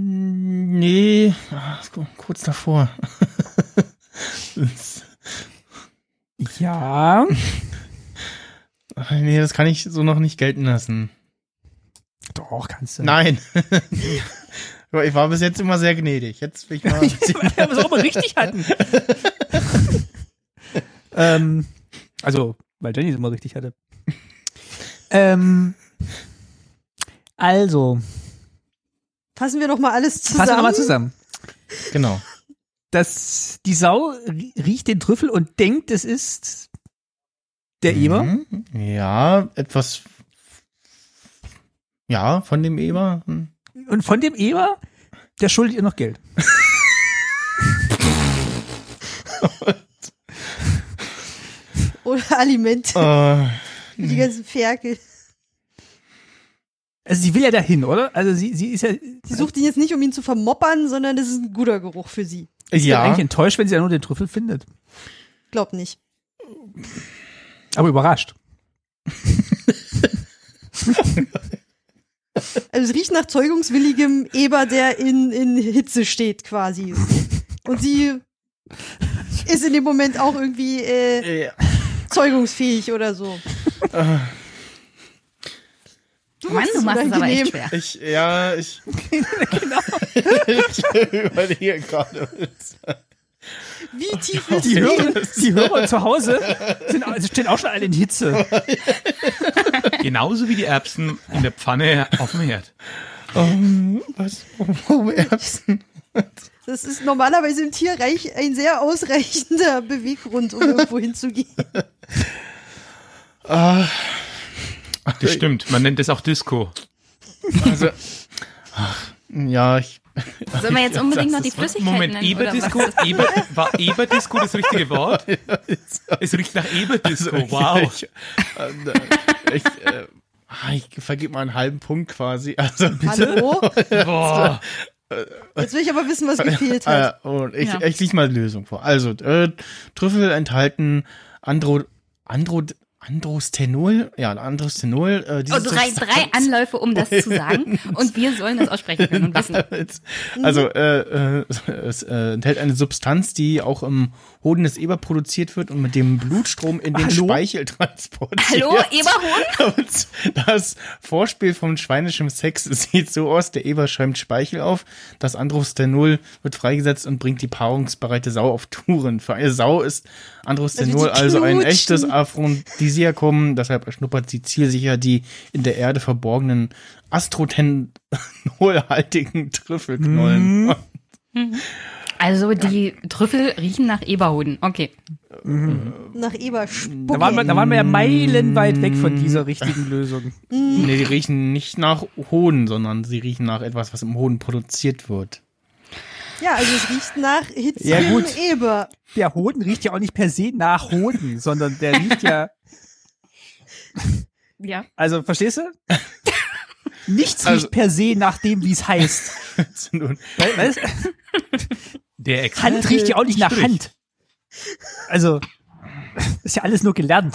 Nee, ah, ist ku- kurz davor. Das-
ja.
ach, nee, das kann ich so noch nicht gelten lassen.
Doch, kannst du.
Nein. Aber ich war bis jetzt immer sehr gnädig. Jetzt bin ich mal.
Weil wir es auch mal richtig hatten. ähm, also, weil Jenny es immer richtig hatte. Ähm, also,
Fassen wir doch mal alles zusammen.
fassen wir nochmal zusammen.
genau.
Das, die Sau rie- riecht den Trüffel und denkt, es ist der Eber.
Mhm. Ja, etwas. Ja, von dem Eber. Hm.
Und von dem Eber, der schuldet ihr noch Geld.
Oder Alimente.
Oh.
Äh,
Für die ganzen Ferkel.
Also sie will ja dahin, oder? Also sie, sie ist ja,
Sie sucht ihn jetzt nicht, um ihn zu vermoppern, sondern das ist ein guter Geruch für sie.
ist
ja.
ja eigentlich enttäuscht, wenn sie ja nur den Trüffel findet.
Glaub nicht.
Aber überrascht.
Also es riecht nach zeugungswilligem Eber, der in, in Hitze steht quasi. Und sie ist in dem Moment auch irgendwie äh,
Äh,
zeugungsfähig oder so. Du
Mann, du machst es aber echt schwer.
Ich, ja, ich. ich überlege gerade.
Wie tief ist
Die
die?
Hörer, die Hörer zu Hause sind, also stehen auch schon alle in Hitze.
Genauso wie die Erbsen in der Pfanne auf dem Herd.
Ähm, was? Warum Erbsen?
Das ist normalerweise im Tierreich ein sehr ausreichender Beweggrund, um irgendwo hinzugehen.
Das stimmt, man nennt das auch Disco.
Also. Ach, ja, ich.
Sollen wir jetzt unbedingt noch die
Was?
Flüssigkeit
Moment,
nennen? oder
Eberdisco?
was?
Eber, war Eberdisco das richtige Wort? Es riecht nach Eberdisco, wow.
Also, Ich, äh, ich, äh, ah, ich vergib mal einen halben Punkt quasi. Also,
Hallo?
Boah.
Jetzt will ich aber wissen, was gefehlt
äh,
hat.
und ich,
Ja.
ich lieg mal die Lösung vor. Also, äh, Trüffel enthalten Andro. Andro. Androstenol, ja, Androstenol. Äh, diese
Oh, drei, drei
Substanz-
Anläufe, um das zu sagen. Und wir sollen das aussprechen können und wissen.
Also äh, äh, es äh, enthält eine Substanz, die auch im Hoden des Eber produziert wird und mit dem Blutstrom in den
Hallo?
Speichel transportiert.
Hallo, Eberhuhn?
Und das Vorspiel vom schweinischen Sex sieht so aus, der Eber schäumt Speichel auf, das Androstenol wird freigesetzt und bringt die paarungsbereite Sau auf Touren. Für eine Sau ist Androstenol
Also die
also ein
knutschen.
echtes Aphrodisiakum, deshalb erschnuppert sie zielsicher die in der Erde verborgenen
Mhm.
astrotenolhaltigen Trüffelknollen.
Also die Trüffel riechen nach Eberhoden. Okay.
Nach Eberspucke.
Da waren, wir, da waren wir ja meilenweit weg von dieser richtigen Lösung.
Nee, die riechen nicht nach Hoden, sondern sie riechen nach etwas, was im Hoden produziert wird.
ja, also es riecht nach Hitze
Ja, gut.
Eber.
Der Hoden riecht ja auch nicht per se nach Hoden, sondern der riecht ja.
Ja.
Also, verstehst du? Nichts
Also-
riecht per se nach dem, wie es heißt.
Nun,
Weil, weil es,
Der Ex
Hand riecht ja auch nicht nach Hand. Also, ist ja alles nur gelernt.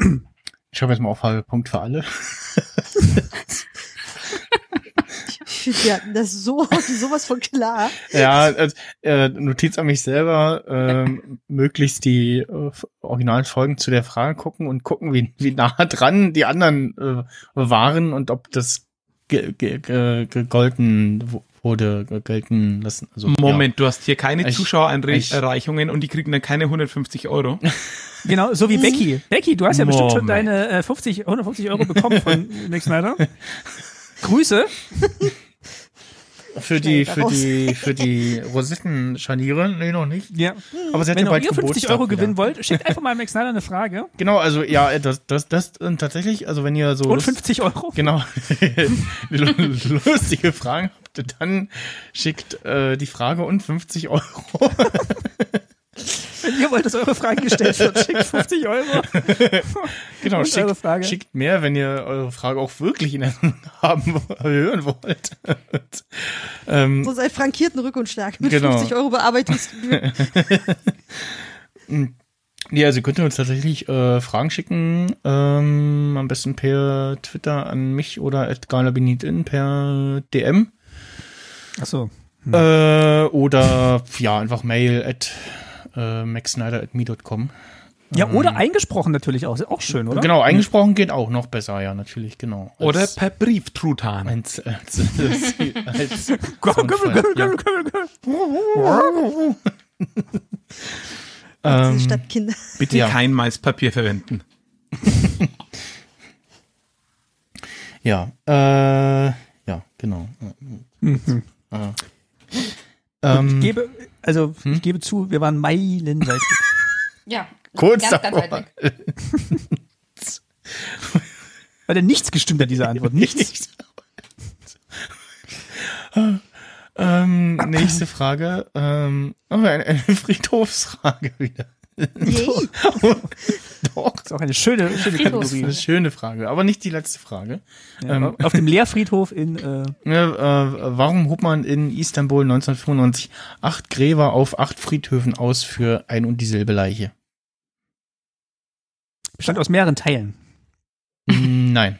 Ich schreibe jetzt mal auf Punkt für alle.
Ich finde, wir hatten das so, sowas von klar.
Ja, als, äh, Notiz an mich selber, ähm, möglichst die äh, f- originalen Folgen zu der Frage gucken und gucken, wie, wie nah dran die anderen äh, waren und ob das ge ge ge gegolten wo- wurde, ge- gelten lassen. Also,
Moment, du hast hier keine
Ich- ich-
Zuschauererreichungen und die kriegen dann keine 150 Euro.
Genau, so wie Becky. Becky, du hast ja bestimmt schon
Moment.
deine äh, 50, 150 Euro bekommen von Nick Snyder. Grüße.
Ja. Für die,
Schnell
für die, für die Rosettenscharniere, nee, noch nicht.
Ja.
Aber sie hat
Wenn
ja
ihr
bald
ihr 50
Geburtstag
Genau, Euro
wieder.
gewinnen wollt, schickt einfach mal Max Snyder eine Frage.
Genau, also ja, äh, das, das, das äh, tatsächlich, also wenn ihr so
Und
Lust-
50 Euro.
Genau. Lu- Lustige Fragen habt, dann schickt äh, die Frage und 50 Euro.
Wenn ihr wollt, dass eure Frage gestellt wird, schickt 50 Euro.
genau,
Und eure
schickt,
Frage.
schickt mehr, wenn ihr eure Frage auch wirklich in der Hand haben wo- hören wollt. und, ähm,
Sonst einen frankierten Rückenschlag mit
Genau.
50 Euro Bearbeitungsgebühr.
ja, also könnt ihr uns tatsächlich äh, Fragen schicken, ähm, am besten per Twitter an mich oder at galabinitin per DM.
Achso.
Äh, oder ja, einfach mail at äh, maxsnyder.me.com.
Ja, oder eingesprochen natürlich auch. Ist auch schön, oder?
Ähm. Genau, eingesprochen geht auch noch besser, ja, natürlich, genau. Als-
Oder per Brieftruthahn.
als, als, als, als,
Gommel, gommel, gommel, gommel, gommel, gommel.
ähm,
Diese Stadtkinder.
Bitte
Ja.
kein Maispapier verwenden.
ja, äh, ja, genau. Äh,
Ich
ähm,
gebe, also, ich gebe zu, wir waren meilenweit. weg.
Ja.
kurz
ganz, ganz weit
davor.
weg.
Weil da nichts gestimmt hat, diese Antwort. Nichts.
ähm, nächste Frage. Ähm, oh, eine, eine Friedhofsfrage wieder.
Yay.
Doch,
Ist auch eine schöne, schöne Kategorie.
eine schöne Frage, aber nicht die letzte Frage. Ähm.
Ja, auf dem Lehrfriedhof in, äh,
Ne, äh, warum hob man in Istanbul 1995 acht Gräber auf acht Friedhöfen aus für ein und dieselbe Leiche?
bestand aus mehreren Teilen.
Hm, Nein.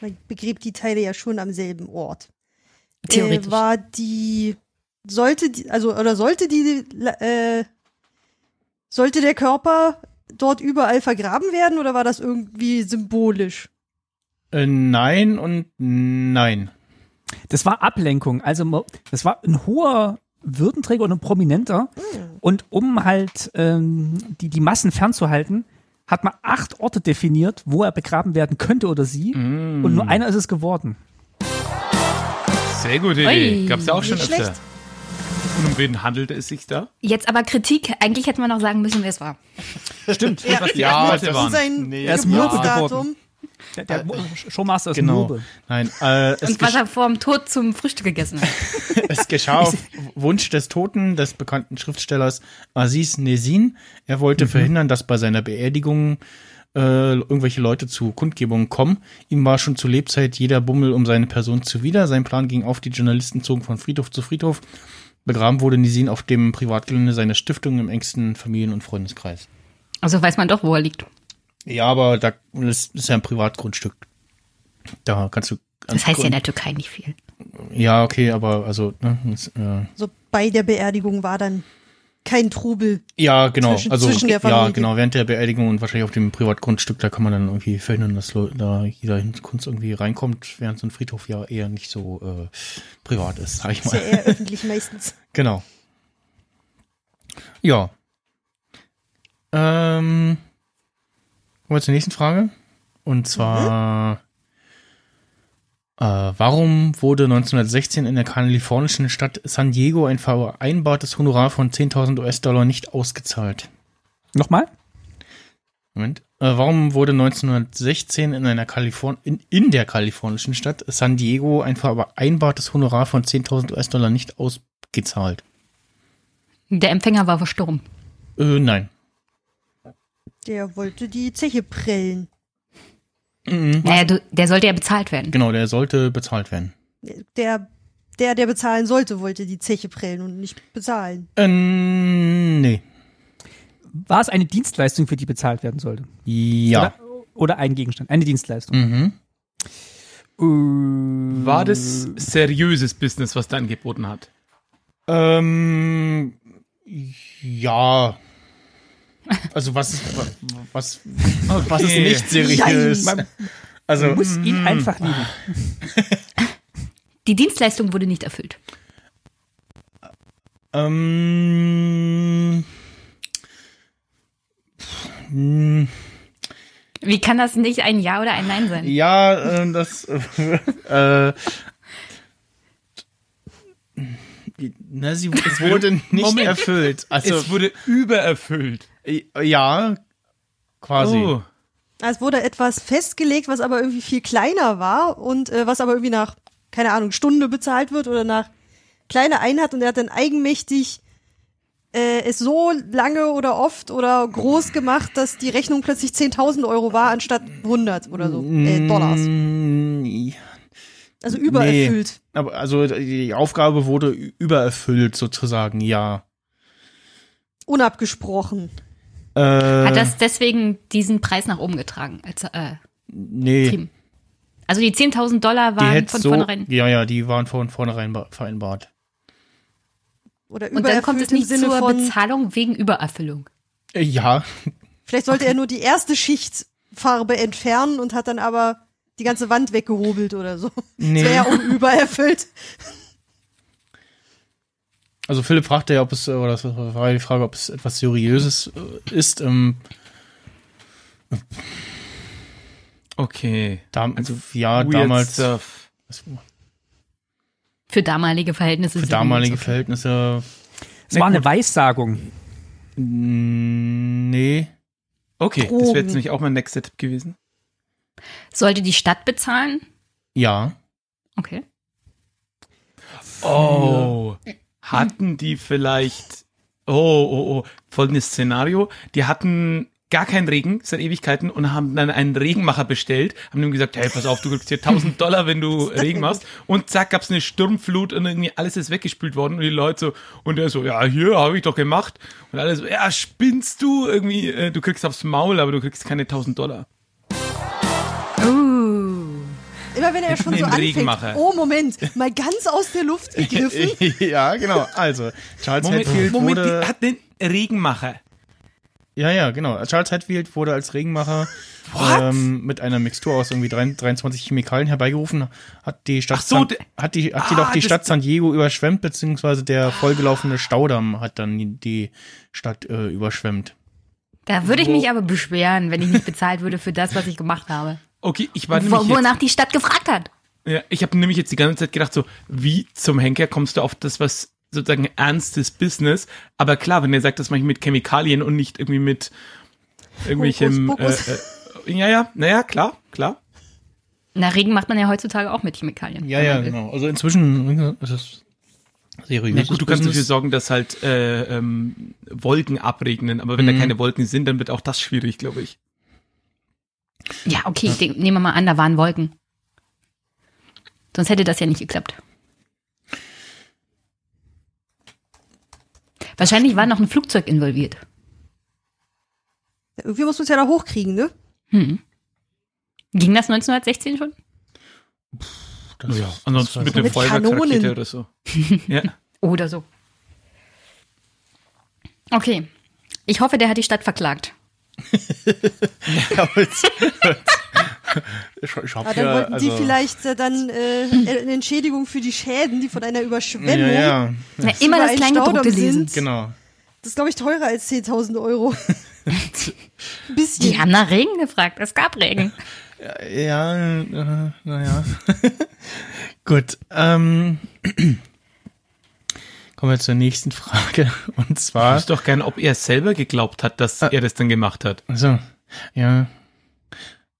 Man begräbt die Teile ja schon am selben Ort.
Theoretisch.
Äh, war die sollte die, also oder sollte die äh, sollte der Körper dort überall vergraben werden oder war das irgendwie symbolisch?
Äh, nein und nein.
Das war Ablenkung. Also mo- das war ein hoher Würdenträger und ein prominenter. Und um halt ähm, die, die Massen fernzuhalten, hat man acht Orte definiert, wo er begraben werden könnte oder sie.
Hm.
Und nur einer ist es geworden.
Sehr gute Idee.
Ui.
Gab's ja auch schon
Nicht
öfter.
schlecht.
Und um wen handelte es sich da?
Jetzt aber Kritik. Eigentlich hätte man noch sagen müssen, wer es war.
Stimmt.
Und was die Antworten
das
waren.
Sein
Nee,
er ist Mürbe geworden.
Geburtsdatum.
Der, der Mo- Showmaster ist
Äh, Genau.
Nurbe.
Nein. Äh, es,
Und was
gesch
er vor dem Tod zum Frühstück gegessen hat.
es geschah auf Wunsch des Toten, des bekannten Schriftstellers Aziz Nesin. Er wollte verhindern, dass bei seiner Beerdigung äh, irgendwelche Leute zu Kundgebungen kommen. Ihm war schon zu Lebzeit jeder Bummel um seine Person zuwider. Sein Plan ging auf, die Journalisten zogen von Friedhof zu Friedhof. Begraben wurde Nisin auf dem Privatgelände seiner Stiftung im engsten Familien- und Freundeskreis.
Also weiß man doch, wo er liegt.
Ja, aber da das ist ja ein Privatgrundstück. Da kannst du.
Das heißt ja in der Türkei nicht viel.
Ja, okay, aber also. Ne, das, äh,
So bei der Beerdigung war dann kein Trubel.
ja, genau.
Zwischen-
also
zwischen der
ja,
Familie.
genau. Während der Beerdigung und wahrscheinlich auf dem Privatgrundstück, da kann man dann irgendwie verhindern, dass Leu- da jeder in Kunst irgendwie reinkommt, während so ein Friedhof ja eher nicht so äh, privat ist, sag ich
Ist ja
mal.
eher öffentlich meistens.
Genau. Ja. Ähm, kommen wir zur nächsten Frage. Und zwar Äh, warum wurde 1916 in der kalifornischen Stadt San Diego ein vereinbartes Honorar von 10.000 US-Dollar nicht ausgezahlt?
Nochmal?
Moment. Äh, warum wurde 1916 in einer Kaliforn in, in der kalifornischen Stadt San Diego ein vereinbartes Honorar von 10.000 US-Dollar nicht ausgezahlt?
Der Empfänger war verstorben.
Äh, nein.
Der wollte die Zeche prellen.
Hm?
Naja, du, der sollte ja bezahlt werden.
Genau, der sollte bezahlt werden.
Der, der, der bezahlen sollte, wollte die Zeche prellen und nicht bezahlen.
Äh, Ähm, nee.
War es eine Dienstleistung, für die bezahlt werden sollte?
Ja.
Oder, oder ein Gegenstand? Eine Dienstleistung.
Ah. Mhm.
Äh,
War das seriöses Business, was der angeboten hat?
Ähm, ja. Also was ist, wa- was, was ist
Okay.
nicht seriös?
Man
Also,
muss ihn einfach lieben.
Ah,
Die Dienstleistung wurde nicht erfüllt.
ähm, mh,
Wie kann das nicht ein Ja oder ein Nein sein?
ja, äh, das, äh, na, ne, sie, es wurde nicht
Moment.
erfüllt. Also,
es wurde übererfüllt.
ja, quasi.
Oh.
Es wurde etwas festgelegt, was aber irgendwie viel kleiner war und äh, was aber irgendwie nach, keine Ahnung, Stunde bezahlt wird oder nach kleiner Einheit und er hat dann eigenmächtig äh, es so lange oder oft oder groß gemacht, dass die Rechnung plötzlich 10.000 Euro war anstatt 100 oder so äh, Dollars.
Mm,
Also übererfüllt.
Nee, aber also die Aufgabe wurde ü- übererfüllt sozusagen, ja.
Unabgesprochen.
Äh,
Hat das deswegen diesen Preis nach oben getragen? Als, äh,
nee,
Team? Also die 10.000 Dollar
die
waren
hätte
von
so,
vornherein.
ja, ja, die waren von vornherein be- vereinbart.
Oder
Und dann kommt es
übererfüllt im
nicht
Sinne
zur
von,
Bezahlung wegen Übererfüllung.
Äh, Ja,
vielleicht sollte er nur die erste Schichtfarbe entfernen und hat dann aber die ganze Wand weggehobelt oder so.
nee.
Das wäre ja auch übererfüllt.
Also Philipp fragte ja, ob es, äh, oder das war die Frage, ob es etwas Seriöses äh, ist. Ähm,
Okay.
da,
Also,
ja,
Weird
damals,
Stuff.
Für damalige Verhältnisse.
für
sind
damalige
das okay.
Verhältnisse,
Es war eine Weissagung.
mm, nee.
Okay, das
Drogen.
wäre jetzt nämlich auch mein nächster Tipp gewesen.
Sollte die Stadt bezahlen?
Ja,
Okay.
Oh. Hatten die vielleicht. Oh, oh, oh. Folgendes Szenario. Die hatten gar keinen Regen seit Ewigkeiten und haben dann einen Regenmacher bestellt, haben ihm gesagt, hey, pass auf, du kriegst hier 1000 Dollar, wenn du Regen machst. Und zack, gab's eine Sturmflut und irgendwie alles ist weggespült worden und die Leute so, und er so, ja, hier habe ich doch gemacht. Und alle so, ja, spinnst du irgendwie, äh, du kriegst aufs Maul, aber du kriegst keine 1000 Dollar.
Uh.
Immer wenn er schon so
Den
anfängt.
Regenmacher.
Oh, Moment, mal ganz aus der Luft gegriffen.
ja, genau. Also Charles Hatfield
Moment, Moment
wurde,
die hat den Regenmacher.
Ja, ja, genau. Charles Hatfield wurde als Regenmacher ähm, mit einer Mixtur aus irgendwie 3 23 Chemikalien herbeigerufen, hat die Stadt
Ach so,
San,
der-
hat die hat
Ah,
jedoch die
das-
Stadt San Diego überschwemmt beziehungsweise der vollgelaufene Staudamm hat dann die Stadt äh, überschwemmt.
Da würde ich mich aber beschweren, wenn ich nicht bezahlt würde für das, was ich gemacht habe.
Okay, ich war nämlich
Wo-
jetzt,
Wonach die Stadt gefragt hat.
Ja, ich habe nämlich jetzt die ganze Zeit gedacht, so, wie zum Henker kommst du auf das, was sozusagen ernstes Business? Aber klar, wenn er sagt, das mache ich mit Chemikalien und nicht irgendwie mit irgendwelchem. Äh,
Hokus
äh, ja, ja, naja, klar, klar.
Na, Regen macht man ja heutzutage auch mit Chemikalien.
Ja, ja, genau. Also inzwischen ist es seriös.
Ja, gut, du kannst dafür sorgen, dass halt äh, ähm, Wolken abregnen, aber wenn da keine Wolken sind, dann wird auch das schwierig, glaube ich.
Ja, okay, ich denk, nehme mal an, da waren Wolken. Sonst hätte das ja nicht geklappt. Wahrscheinlich war noch ein Flugzeug involviert.
Irgendwie muss man es ja da hochkriegen, ne?
Hm. Ging das 1916 schon?
Ja, ansonsten mit einer
Mit Kanonen.
Feuerwerksrakete oder so. ja.
Oder so. Okay. Ich hoffe, der hat die Stadt verklagt.
Ich, ich
Aber
hab
dann
ja,
wollten
also,
die vielleicht äh, dann äh, eine Entschädigung für die Schäden, die von einer
ja,
Überschwemmung.
ja,
Na,
über
immer das
einen
Kleingedruckte
Staudamm
lesen.
sind.
genau.
Das ist, glaube ich, teurer als 10.000 Euro. Ein
Die
Bisschen.
haben nach Regen gefragt. Es gab Regen.
Ja, äh, naja. Gut. Ähm, kommen wir zur nächsten Frage. Und
Ich
zwar.
wüsste doch gern, ob er selber geglaubt hat, dass
Ah.
er das dann gemacht hat.
Also, ja.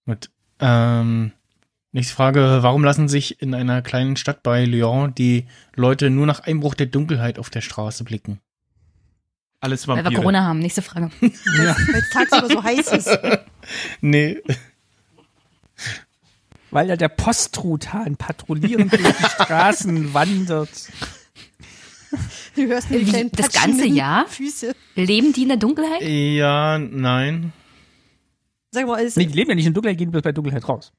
Gut. Ähm, nächste Frage. Warum lassen sich in einer kleinen Stadt bei Lyon die Leute nur nach Einbruch der Dunkelheit auf der Straße blicken?
Alles
Weil wir
Vampire.
Corona haben. Nächste Frage.
weil es tagsüber so heiß ist.
Nee.
Weil da der Postrutan patrouillierend durch die Straßen wandert.
Du hörst nur die
Wie,
kleinen
das
patschenden
ganze Jahr?
Füße.
Leben die in der Dunkelheit?
Ja, nein.
Sag mal, es
Nee, die leben ja nicht in Dunkelheit, gehen bloß bei Dunkelheit raus.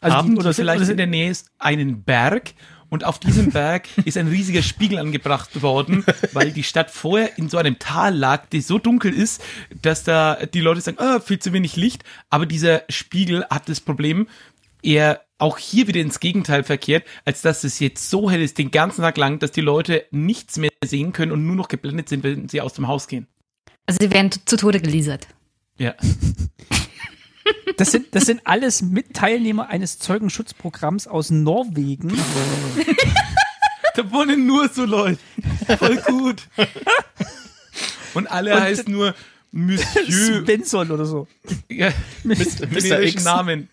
Also
haben
die, oder
die vielleicht
oder
in der Nähe ist einen Berg und auf diesem Berg ist ein riesiger Spiegel angebracht worden, weil die Stadt vorher in so einem Tal lag, die so dunkel ist, dass da die Leute sagen, ah, viel zu wenig Licht, aber dieser Spiegel hat das Problem, er auch hier wieder ins Gegenteil verkehrt, als dass es jetzt so hell ist, den ganzen Tag lang, dass die Leute nichts mehr sehen können und nur noch geblendet sind, wenn sie aus dem Haus gehen.
Also sie werden zu Tode geliefert.
Ja.
Das sind, das sind alles Mitteilnehmer eines Zeugenschutzprogramms aus Norwegen.
Da wohnen nur so Leute. Voll gut. Und alle heißen nur Monsieur
Svensson oder so.
Ja, mit
Mr.
generischen
X.
Namen.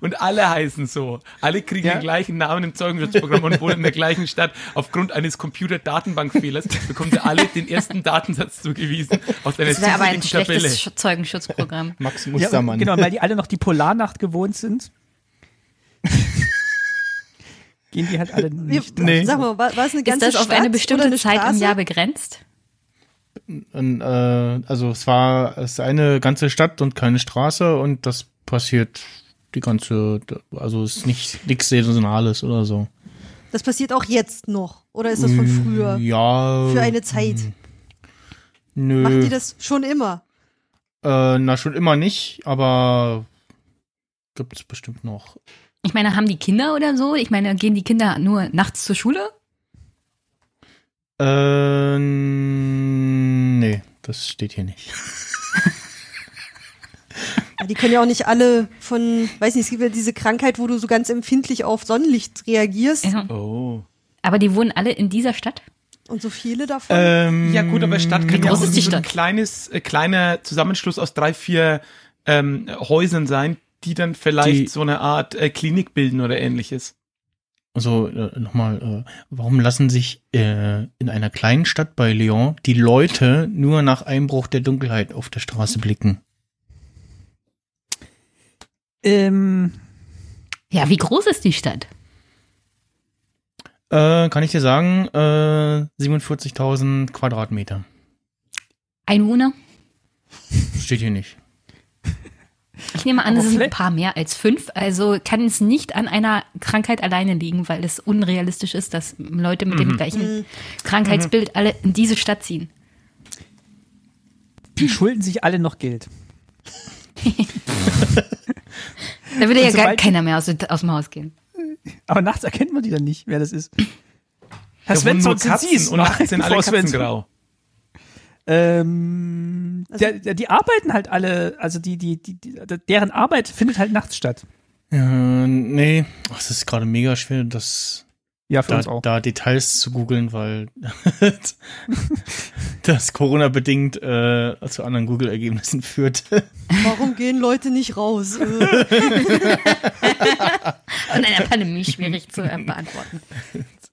Und alle heißen so. Alle kriegen
Ja.
den gleichen Namen im Zeugenschutzprogramm und wohnen in der gleichen Stadt. Aufgrund eines Computer-Datenbankfehlers bekommen sie alle den ersten Datensatz zugewiesen aus einer
Das wäre aber ein
zufälligen Tabelle.
schlechtes Sch- Zeugenschutzprogramm.
Max
Ja,
Mustermann.
genau, weil die alle noch die Polarnacht gewohnt sind. Gehen die halt alle nicht.
Nee.
Sag mal, war, war es eine
Ist
ganze
das auf
Stadt
eine
oder
bestimmte
eine
Zeit im
Straße?
Jahr begrenzt?
Und, äh, also es war es ist eine ganze Stadt und keine Straße und das passiert die ganze, also es ist nicht nichts Saisonales oder so. Hm,
Das passiert auch jetzt noch. Oder ist das von früher?
Ja.
Für eine Zeit.
Nö.
Macht die das schon immer?
Äh, na, schon immer nicht, aber gibt es bestimmt noch.
Ich meine, haben die Kinder oder so? Ich meine, gehen die Kinder nur nachts zur Schule?
Äh, nee, das steht hier nicht.
Ja, die können ja auch nicht alle von, weiß nicht, es gibt ja diese Krankheit, wo du so ganz empfindlich auf Sonnenlicht reagierst.
Ja.
Oh.
Aber die wohnen alle in dieser Stadt?
Und so viele davon.
Ähm,
Ja gut, aber Stadt kann
Wie
ja
groß
auch
ist die
so ein
Stadt?
kleines, äh, kleiner Zusammenschluss aus drei, vier ähm, Häusern sein, die dann vielleicht
Die-
so eine Art äh, Klinik bilden oder ähnliches.
Also äh, nochmal, äh, warum lassen sich äh, in einer kleinen Stadt bei Lyon die Leute nur nach Einbruch der Dunkelheit auf der Straße blicken?
Ähm,
Ja, wie groß ist die Stadt?
Äh, kann ich dir sagen, äh, 47.000 Quadratmeter.
Einwohner?
Steht hier nicht.
Ich nehme an,
Aber
es sind ein
vielleicht-
paar mehr als fünf. Also kann es nicht an einer Krankheit alleine liegen, weil es unrealistisch ist, dass Leute mit dem gleichen Krankheitsbild alle in diese Stadt ziehen.
die schulden sich alle noch Geld.
Da würde ja gar
sobald die-
keiner mehr aus, aus dem Haus gehen.
Aber nachts erkennt man die dann nicht, wer das ist. Herr
Da wohnen nur
Svensson, sind Sie es?
Katzen und nachts sind alle
Frau
Katzen
Svensson.
grau.
Ähm, der, der, die arbeiten halt alle, also die, die, die, die, deren Arbeit findet halt nachts statt.
Äh, nee, Ach, es ist gerade mega schwer, das
Ja, für
da,
uns auch.
da Details zu googeln, weil das Corona bedingt äh, zu anderen Google-Ergebnissen führt.
Warum gehen Leute nicht raus? Äh,
Und in der Pandemie schwierig zu äh, beantworten.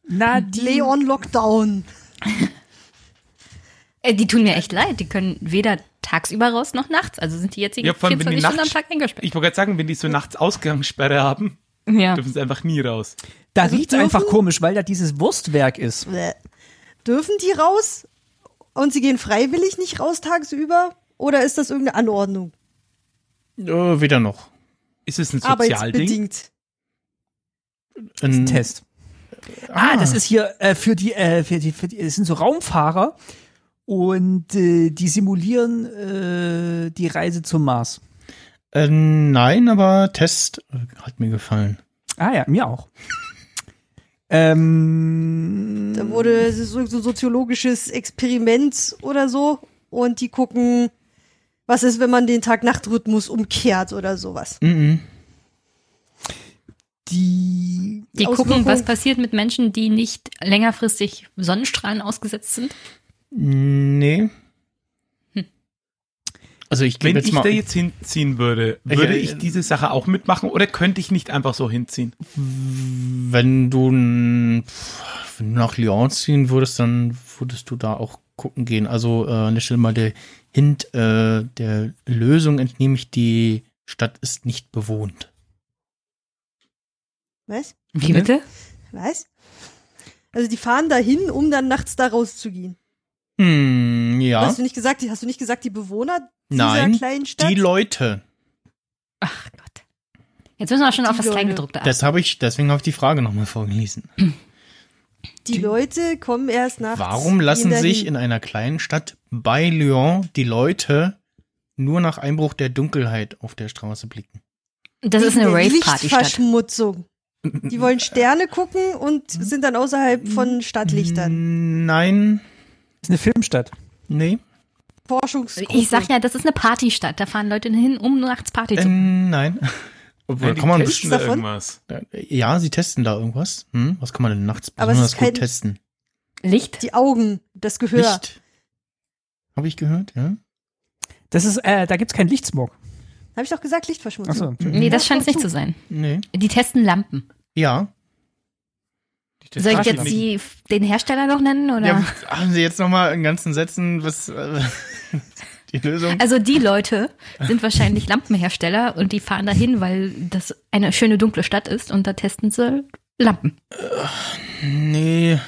Na, die,
Leon Lockdown.
Äh, die tun mir echt leid. Die können weder tagsüber raus noch nachts. Also sind die jetzigen
Ja, vor allem, wenn die
24 Stunden am
nachts,
Tag eingesperrt.
ich wollte gerade sagen, wenn die so nachts Ausgangssperre haben,
Ja.
dürfen sie einfach nie raus.
da
Also
riecht's
dürfen-
einfach komisch, weil da dieses Wurstwerk ist.
Bäh. Dürfen die raus? Und sie gehen freiwillig nicht raus tagsüber? Oder ist das irgendeine Anordnung?
äh, weder noch.
Ist es ein Sozialding?
Arbeitsbedingt.
Ein
Test. Hm. Ah, das ist hier äh, für die, äh, für die, für die, es sind so Raumfahrer und äh, die simulieren äh, die Reise zum Mars.
Äh, nein, aber Test äh, hat mir gefallen.
Ah ja, mir auch. ähm,
Mhm.
Da wurde es ist so so ein soziologisches Experiment oder so. Und die gucken, was ist, wenn man den Tag-Nacht-Rhythmus umkehrt oder sowas.
Mhm.
die
Die gucken,
Auswirkungen-
was passiert mit Menschen, die nicht längerfristig Sonnenstrahlen ausgesetzt sind.
Nee.
Hm.
Also ich
Wenn
gebe jetzt
ich
mal,
da jetzt hinziehen würde,
Ich-
würde
äh,
ich diese Sache auch mitmachen oder könnte ich nicht einfach so hinziehen?
wenn du n- pff, wenn du nach Lyon ziehen würdest, dann würdest du da auch gucken gehen. Also äh, an der Stelle mal der Hint äh, der Lösung entnehme ich, die Stadt ist nicht bewohnt.
Was?
Wie bitte?
Was? Also die fahren dahin, um dann nachts da rauszugehen.
Hm, ja.
Hast du nicht gesagt, die- hast du nicht gesagt, die Bewohner dieser
Nein,
kleinen Stadt?
die Leute.
Ach Gott. Jetzt müssen wir schon auf
Die
das
Leute.
Kleingedruckte ab.
Das habe ich, deswegen habe ich die Frage nochmal vorgelesen.
die Leute kommen erst nachts.
Warum lassen
gehen
sich
dahin.
in einer kleinen Stadt bei Lyon die Leute nur nach Einbruch der Dunkelheit auf der Straße blicken?
Das ist eine
Wegen der
Rave-Party-Stadt.
Lichtverschmutzung. Die wollen Sterne gucken und
Mhm.
sind dann außerhalb von Stadtlichtern.
Nein,
ist eine Filmstadt.
nee,
Forschungsgruppen.
Ich sag ja, das ist eine Partystadt. Da fahren Leute hin, um nachts Party
Ähm,
äh,
zu
nein. Obwohl,
die
kann man,
testen
Nichts
da
davon?
irgendwas.
ja, sie testen da irgendwas. Hm? Was kann man denn nachts
Aber es
besonders
ist
gut
kein-
testen?
Licht?
Die Augen, das Gehör.
Licht. Habe ich gehört, ja?
Das ist, äh, da gibt's keinen Lichtsmog.
Habe ich doch gesagt, Lichtverschmutzung.
Achso.
Nee, das scheint es nicht zu sein.
Nee.
Die testen Lampen.
Ja.
Die testen
Soll ich jetzt
nicht.
die, den Hersteller noch nennen? Oder?
ja. Haben Sie jetzt nochmal in ganzen Sätzen was äh, die Lösung?
Also die Leute sind wahrscheinlich Lampenhersteller und die fahren dahin, weil das eine schöne dunkle Stadt ist und da testen sie Lampen.
Nee.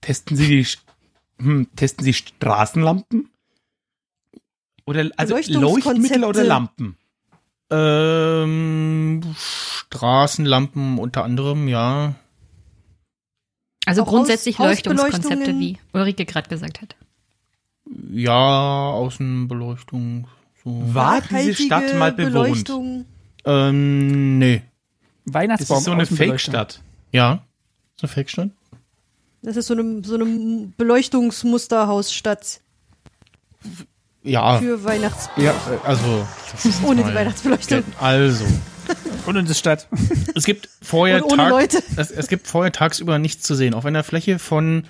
Testen Sie die, Sch- hm, testen Sie Straßenlampen? Oder, also
Beleuchtungskonzepte.
Leuchtmittel oder Lampen?
Ähm, Straßenlampen unter anderem, ja.
Also
Auch
grundsätzlich
Haus-
Leuchtungskonzepte,
Hausbeleuchtungen.
wie Ulrike gerade gesagt hat.
Ja, Außenbeleuchtung. So.
War diese
Nachhaltige
Stadt mal bewohnt?
Beleuchtung.
Ähm, nee.
Das
Weihnachtsbaum.
ist so eine
Außenbeleuchtung.
Fake-Stadt.
Ja. So Fake-Stand?
Das ist so eine, so eine Beleuchtungsmusterhausstadt
Ja.
für Weihnachts...
Ah. Ja, äh, also. das ist
Ohne
mal-
die Weihnachtsbeleuchtung.
Also,
Und in der Stadt.
es gibt vorher
Und ohne Leute.
Es, es gibt vorher tagsüber nichts zu sehen. Auf einer Fläche von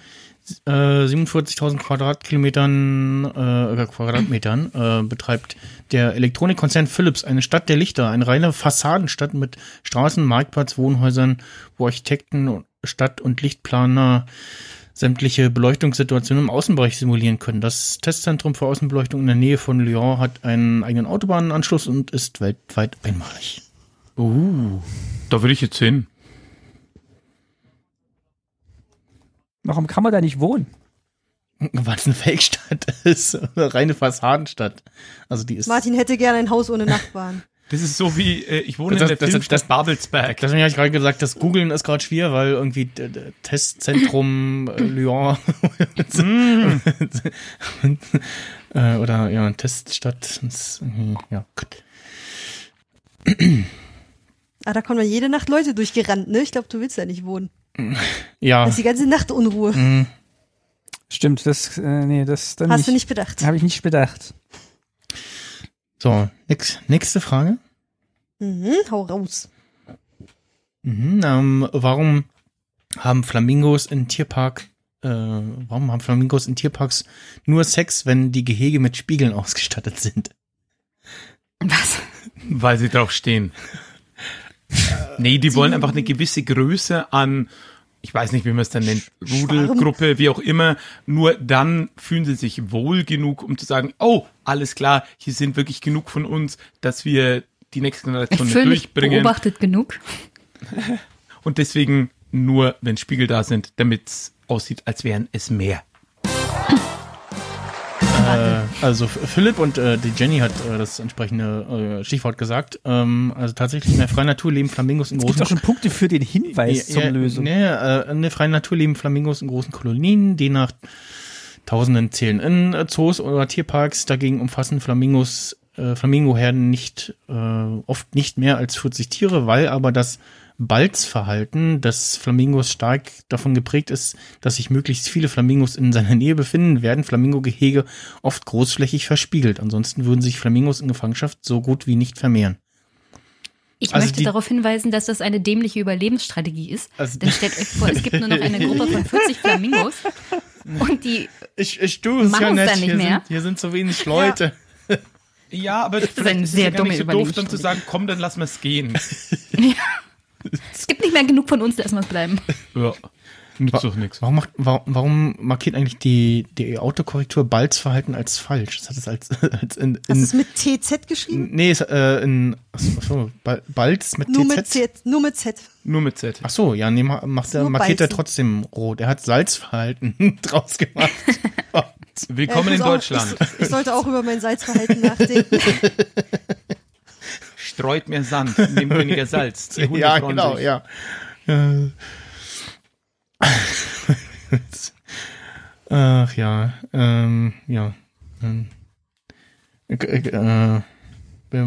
äh, 47.000 Quadratkilometern, äh, oder Quadratmetern äh, betreibt der Elektronikkonzern Philips eine Stadt der Lichter, eine reine Fassadenstadt mit Straßen, Marktplatz, Wohnhäusern, wo Architekten, und- Stadt- und Lichtplaner sämtliche Beleuchtungssituationen im Außenbereich simulieren können. Das Testzentrum für Außenbeleuchtung in der Nähe von Lyon hat einen eigenen Autobahnanschluss und ist weltweit einmalig.
Uh, da würde ich jetzt hin.
Warum kann man da nicht wohnen?
weil es eine Fake-Stadt ist, eine reine Fassadenstadt. Also die ist.
Martin hätte gerne ein Haus ohne Nachbarn.
Das ist so wie, äh, ich wohne
Das-
in der
das-
Filmstadt
das-
Babelsberg.
Deswegen habe ich gerade gesagt, das Googeln ist gerade schwer, weil irgendwie d- d- Testzentrum äh, Lyon äh, oder ja, Teststadt. ist irgendwie- Ja, gut.
Ah, da kommen ja jede Nacht Leute durchgerannt, ne? Ich glaube, du willst da nicht wohnen.
ja Ah.
Das ist die ganze Nacht Unruhe.
mh,
Stimmt, das, äh, nee, das dann
Hast du nicht bedacht.
Habe ich nicht bedacht.
so, nix, nächste Frage.
Mhm, hau raus.
Mhm, ähm, warum haben Flamingos in Tierpark, äh, warum haben Flamingos in Tierparks nur Sex, wenn die Gehege mit Spiegeln ausgestattet sind?
Was?
Weil sie drauf stehen. nee, Äh, die wollen einfach eine gewisse Größe an, ich weiß nicht, wie man es dann nennt, Rudelgruppe, wie auch immer. Nur dann fühlen sie sich wohl genug, um zu sagen, oh, alles klar, hier sind wirklich genug von uns, dass wir die nächste
Ich
Generation
fühle mich
durchbringen.
beobachtet genug.
Und deswegen nur, wenn Spiegel da sind, damit es aussieht, als wären es mehr.
Äh, also F- Philipp und äh, die Jenny hat äh, das entsprechende äh, Stichwort gesagt. Ähm, also tatsächlich in der freien Natur leben Flamingos in
Es gibt
großen
auch schon Punkte für den Hinweis zur
Ja,
Lösung.
Nee, äh, in der freien Natur leben Flamingos in großen Kolonien, die nach Tausenden zählen. In äh, Zoos oder Tierparks dagegen umfassen Flamingos äh, Flamingoherden nicht äh, oft nicht mehr als 40 Tiere, weil aber das Balzverhalten des Flamingos stark davon geprägt ist, dass sich möglichst viele Flamingos in seiner Nähe befinden, werden Flamingogehege oft großflächig verspiegelt. Ansonsten würden sich Flamingos in Gefangenschaft so gut wie nicht vermehren.
Ich
Also
möchte
die-
darauf hinweisen, dass das eine dämliche Überlebensstrategie ist.
Also-
Denn stellt euch vor, es gibt nur noch eine Gruppe von 40 Flamingos und die
Ich, ich tue es
Mach
ja
uns
nicht.
da nicht
hier,
mehr.
Sind, hier sind so wenig Leute.
Ja, aber das
ist eine sehr
gar nicht so
dumme
doof, dann zu
Überlegungsstrategie.
sagen, komm, dann lassen wir es gehen.
Es gibt nicht mehr genug von uns, lassen wir es bleiben.
Ja. Nützt doch nichts.
Warum, macht, warum, warum markiert eigentlich die, die Autokorrektur Balz Verhalten als falsch? Das hat es als, als in,
Hast du
in
es mit TZ geschrieben?
Nee, ist, äh, in ach so, Bal- Balz mit
Nur
TZ.
mit Z. Nur mit Z.
Nur mit Z.
Ach so, ja, nee, ma- macht er,
Nur
markiert er
Balzen.
trotzdem rot. Er hat Salzverhalten draus gemacht.
Ja,
Willkommen
Äh, ich muss
in
auch-
Deutschland.
Ich, ich sollte auch über mein Salzverhalten nachdenken.
Streut mehr Sand, nehmt weniger Salz. Die Hunde
ja,
freuen
genau,
sich.
ja. Äh. Ach ja, ähm, ja. Ähm. Äh, äh, wir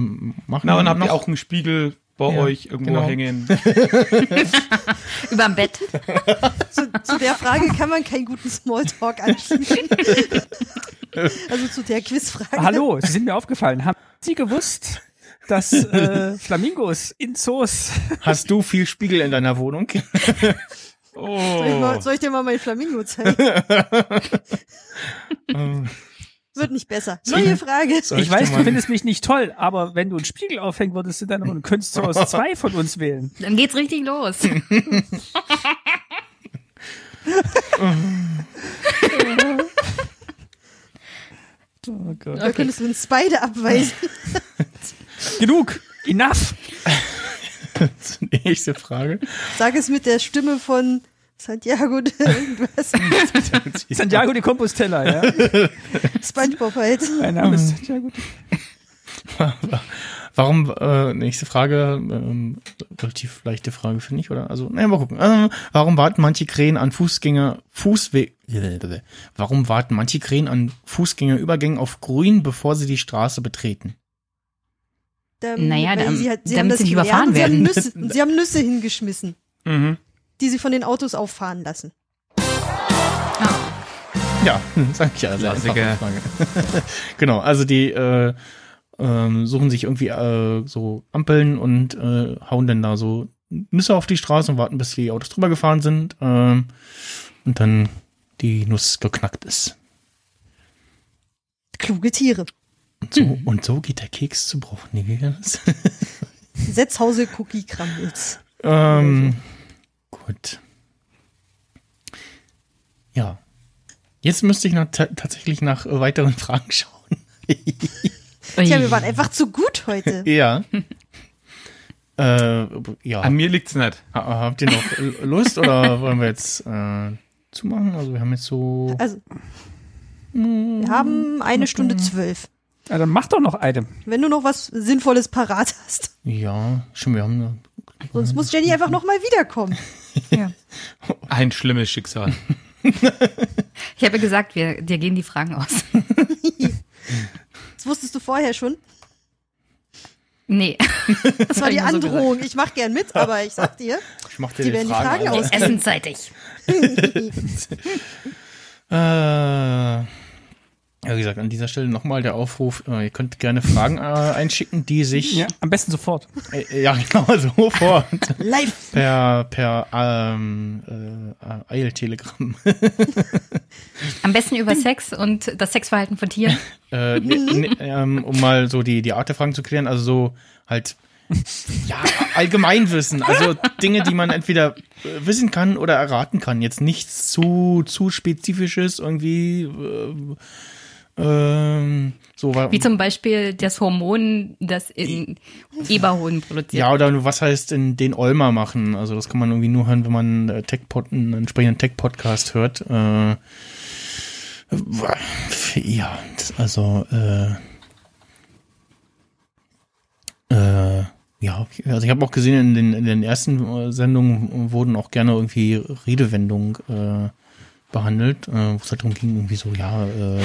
machen
Na, und habt
noch
ihr auch einen Spiegel bei
Ja,
euch irgendwo
genau.
hängen?
Überm Bett.
zu, zu der Frage kann man keinen guten Smalltalk anschließen. also zu der Quizfrage.
Hallo, Sie sind mir aufgefallen. Haben Sie gewusst, dass äh, Flamingos in Zoos
Hast du viel Spiegel in deiner Wohnung?
Soll ich,
Oh.
mal, soll ich dir mal mein Flamingo zeigen? Wird nicht besser. Neue Frage.
Soll
ich weiß,
dir
du
mal-
findest mich nicht toll, aber wenn du einen Spiegel aufhängen würdest in deiner Wohnung, könntest du aus zwei von uns wählen.
Dann geht's richtig los.
Oh Gott.
Da könntest du einen Spider abweisen.
Genug! Enough!
Nächste Frage.
Sag es mit der Stimme von Santiago de irgendwas.
Santiago de Compostela, ja.
Spongebob halt.
Mein Name ist Santiago. de-
Warum, äh, nächste Frage, ähm, relativ leichte Frage, finde ich, oder? Also, naja, mal gucken. Ähm, warum warten manche Krähen an Fußgänger, Fußweg, warum warten manche Krähen an Fußgängerübergängen auf grün, bevor sie die Straße betreten?
Dam-
Naja,
weil
dam-
hat-
damit sie nicht
gelernt
überfahren
und sie
werden.
Haben Nüsse, und sie haben Nüsse hingeschmissen,
Mhm.
die sie von den Autos auffahren lassen.
Ja, sag ich ja, sehr
Klassiker.
einfache Frage. genau, also die, äh, ähm, suchen sich irgendwie äh, so Ampeln und äh, hauen dann da so Nüsse auf die Straße und warten, bis die Autos drüber gefahren sind ähm, und dann die Nuss geknackt ist.
Kluge Tiere.
Und so, und so geht der Keks zu Bruch. Nee, wie war das?
Setzhause Cookie Crumbles.
ähm, gut. Ja. Jetzt müsste ich nach, ta- tatsächlich nach äh, weiteren Fragen schauen.
Tja, wir waren einfach zu gut heute.
Ja. äh, ja.
An mir liegt's nicht.
Ha- habt ihr noch L- Lust oder wollen wir jetzt äh, zumachen? Also wir haben jetzt so.
Also, wir haben eine Stunde
Mm,
zwölf.
Ja, dann mach doch noch eine.
Wenn du noch was Sinnvolles parat hast.
Ja, schon, wir haben.
Sonst muss Jenny einfach nochmal wiederkommen.
Ja.
Ein schlimmes Schicksal.
Ich habe ja gesagt, wir, dir gehen die Fragen aus.
Das wusstest du vorher schon.
Nee,
Das war die
nur so gesagt.
Androhung. Ich mach gern mit, aber ich sag dir,
Ich mach dir
die werden die Fragen aus.
essenseitig.
Äh, ja, wie gesagt, an dieser Stelle nochmal der Aufruf, äh, ihr könnt gerne Fragen äh, einschicken, die sich,
Ja, am besten sofort.
äh, ja genau, sofort
Live.
per, per ähm, äh, Eiltelegramm.
Am besten über Sex und das Sexverhalten von Tieren.
äh, ne, ne, ähm, um mal so die, die Art der Fragen zu klären, also so halt, ja, Allgemeinwissen, also Dinge, die man entweder äh, wissen kann oder erraten kann, jetzt nichts zu, zu spezifisches irgendwie, äh, ähm, so, wa-
Wie zum Beispiel das Hormon, das in Eberhoden produziert.
Ja, oder nur was heißt in den Olmer machen? Also das kann man irgendwie nur hören, wenn man äh, Tech-Pod, einen entsprechenden Tech-Podcast hört. Äh, ja, also äh, äh, ja, also ich habe auch gesehen, in den, in den ersten äh, Sendungen wurden auch gerne irgendwie Redewendungen äh, behandelt, äh, wo es halt darum ging, irgendwie so, ja, äh,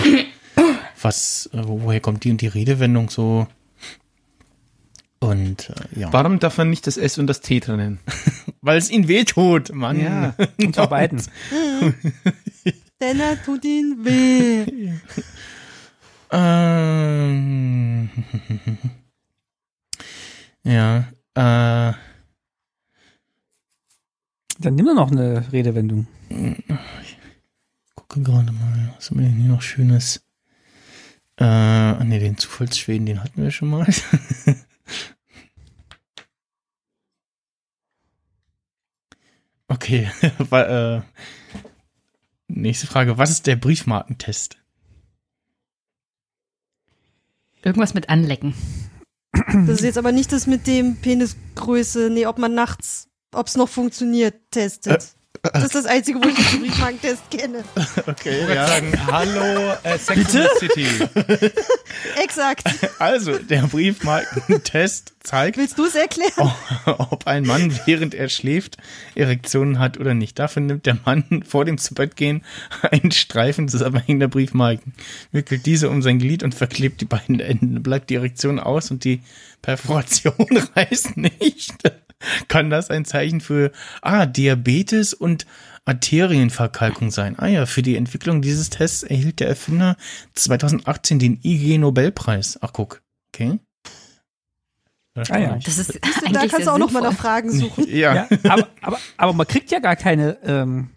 was, äh, wo- woher kommt die und die Redewendung so? Und äh, ja.
Warum darf man nicht das S und das T trennen?
Weil es ihnen wehtut, Mann.
Und zwar beiden.
Denn er tut ihn weh.
Ähm, ja. Äh,
Dann nimm doch noch eine Redewendung.
gucke gerade mal, was haben wir denn hier noch Schönes? Äh, ah, nee, den Zufallsschweden, den hatten wir schon mal. okay, wa- äh, nächste Frage. Was ist der Briefmarkentest?
Irgendwas mit anlecken.
Das ist jetzt aber nicht das mit dem Penisgröße, nee, ob man nachts, ob es noch funktioniert, testet. Das ist das Einzige, wo ich den Briefmarkentest kenne.
Okay,
Ich würde sagen, hallo, äh, Sex Bitte? in the City.
Exakt.
Also, der Briefmarkentest zeigt,
Willst du es erklären?
ob ein Mann, während er schläft, Erektionen hat oder nicht. Dafür nimmt der Mann vor dem Zubettgehen einen Streifen zusammenhängender Briefmarken, wickelt diese um sein Glied und verklebt die beiden Enden. Bleibt die Erektion aus und die Perforation reißt nicht. Kann das ein Zeichen für ah, Diabetes und Arterienverkalkung sein? Ah ja, für die Entwicklung dieses Tests erhielt der Erfinder 2018 den IG-Nobelpreis. Ach guck, okay.
Ah ja.
Das ist eigentlich
Da kannst du
sehr
auch noch mal
sinnvoll.
nach Fragen suchen.
Ja.
Ja, aber, aber, aber man kriegt ja gar keine ähm,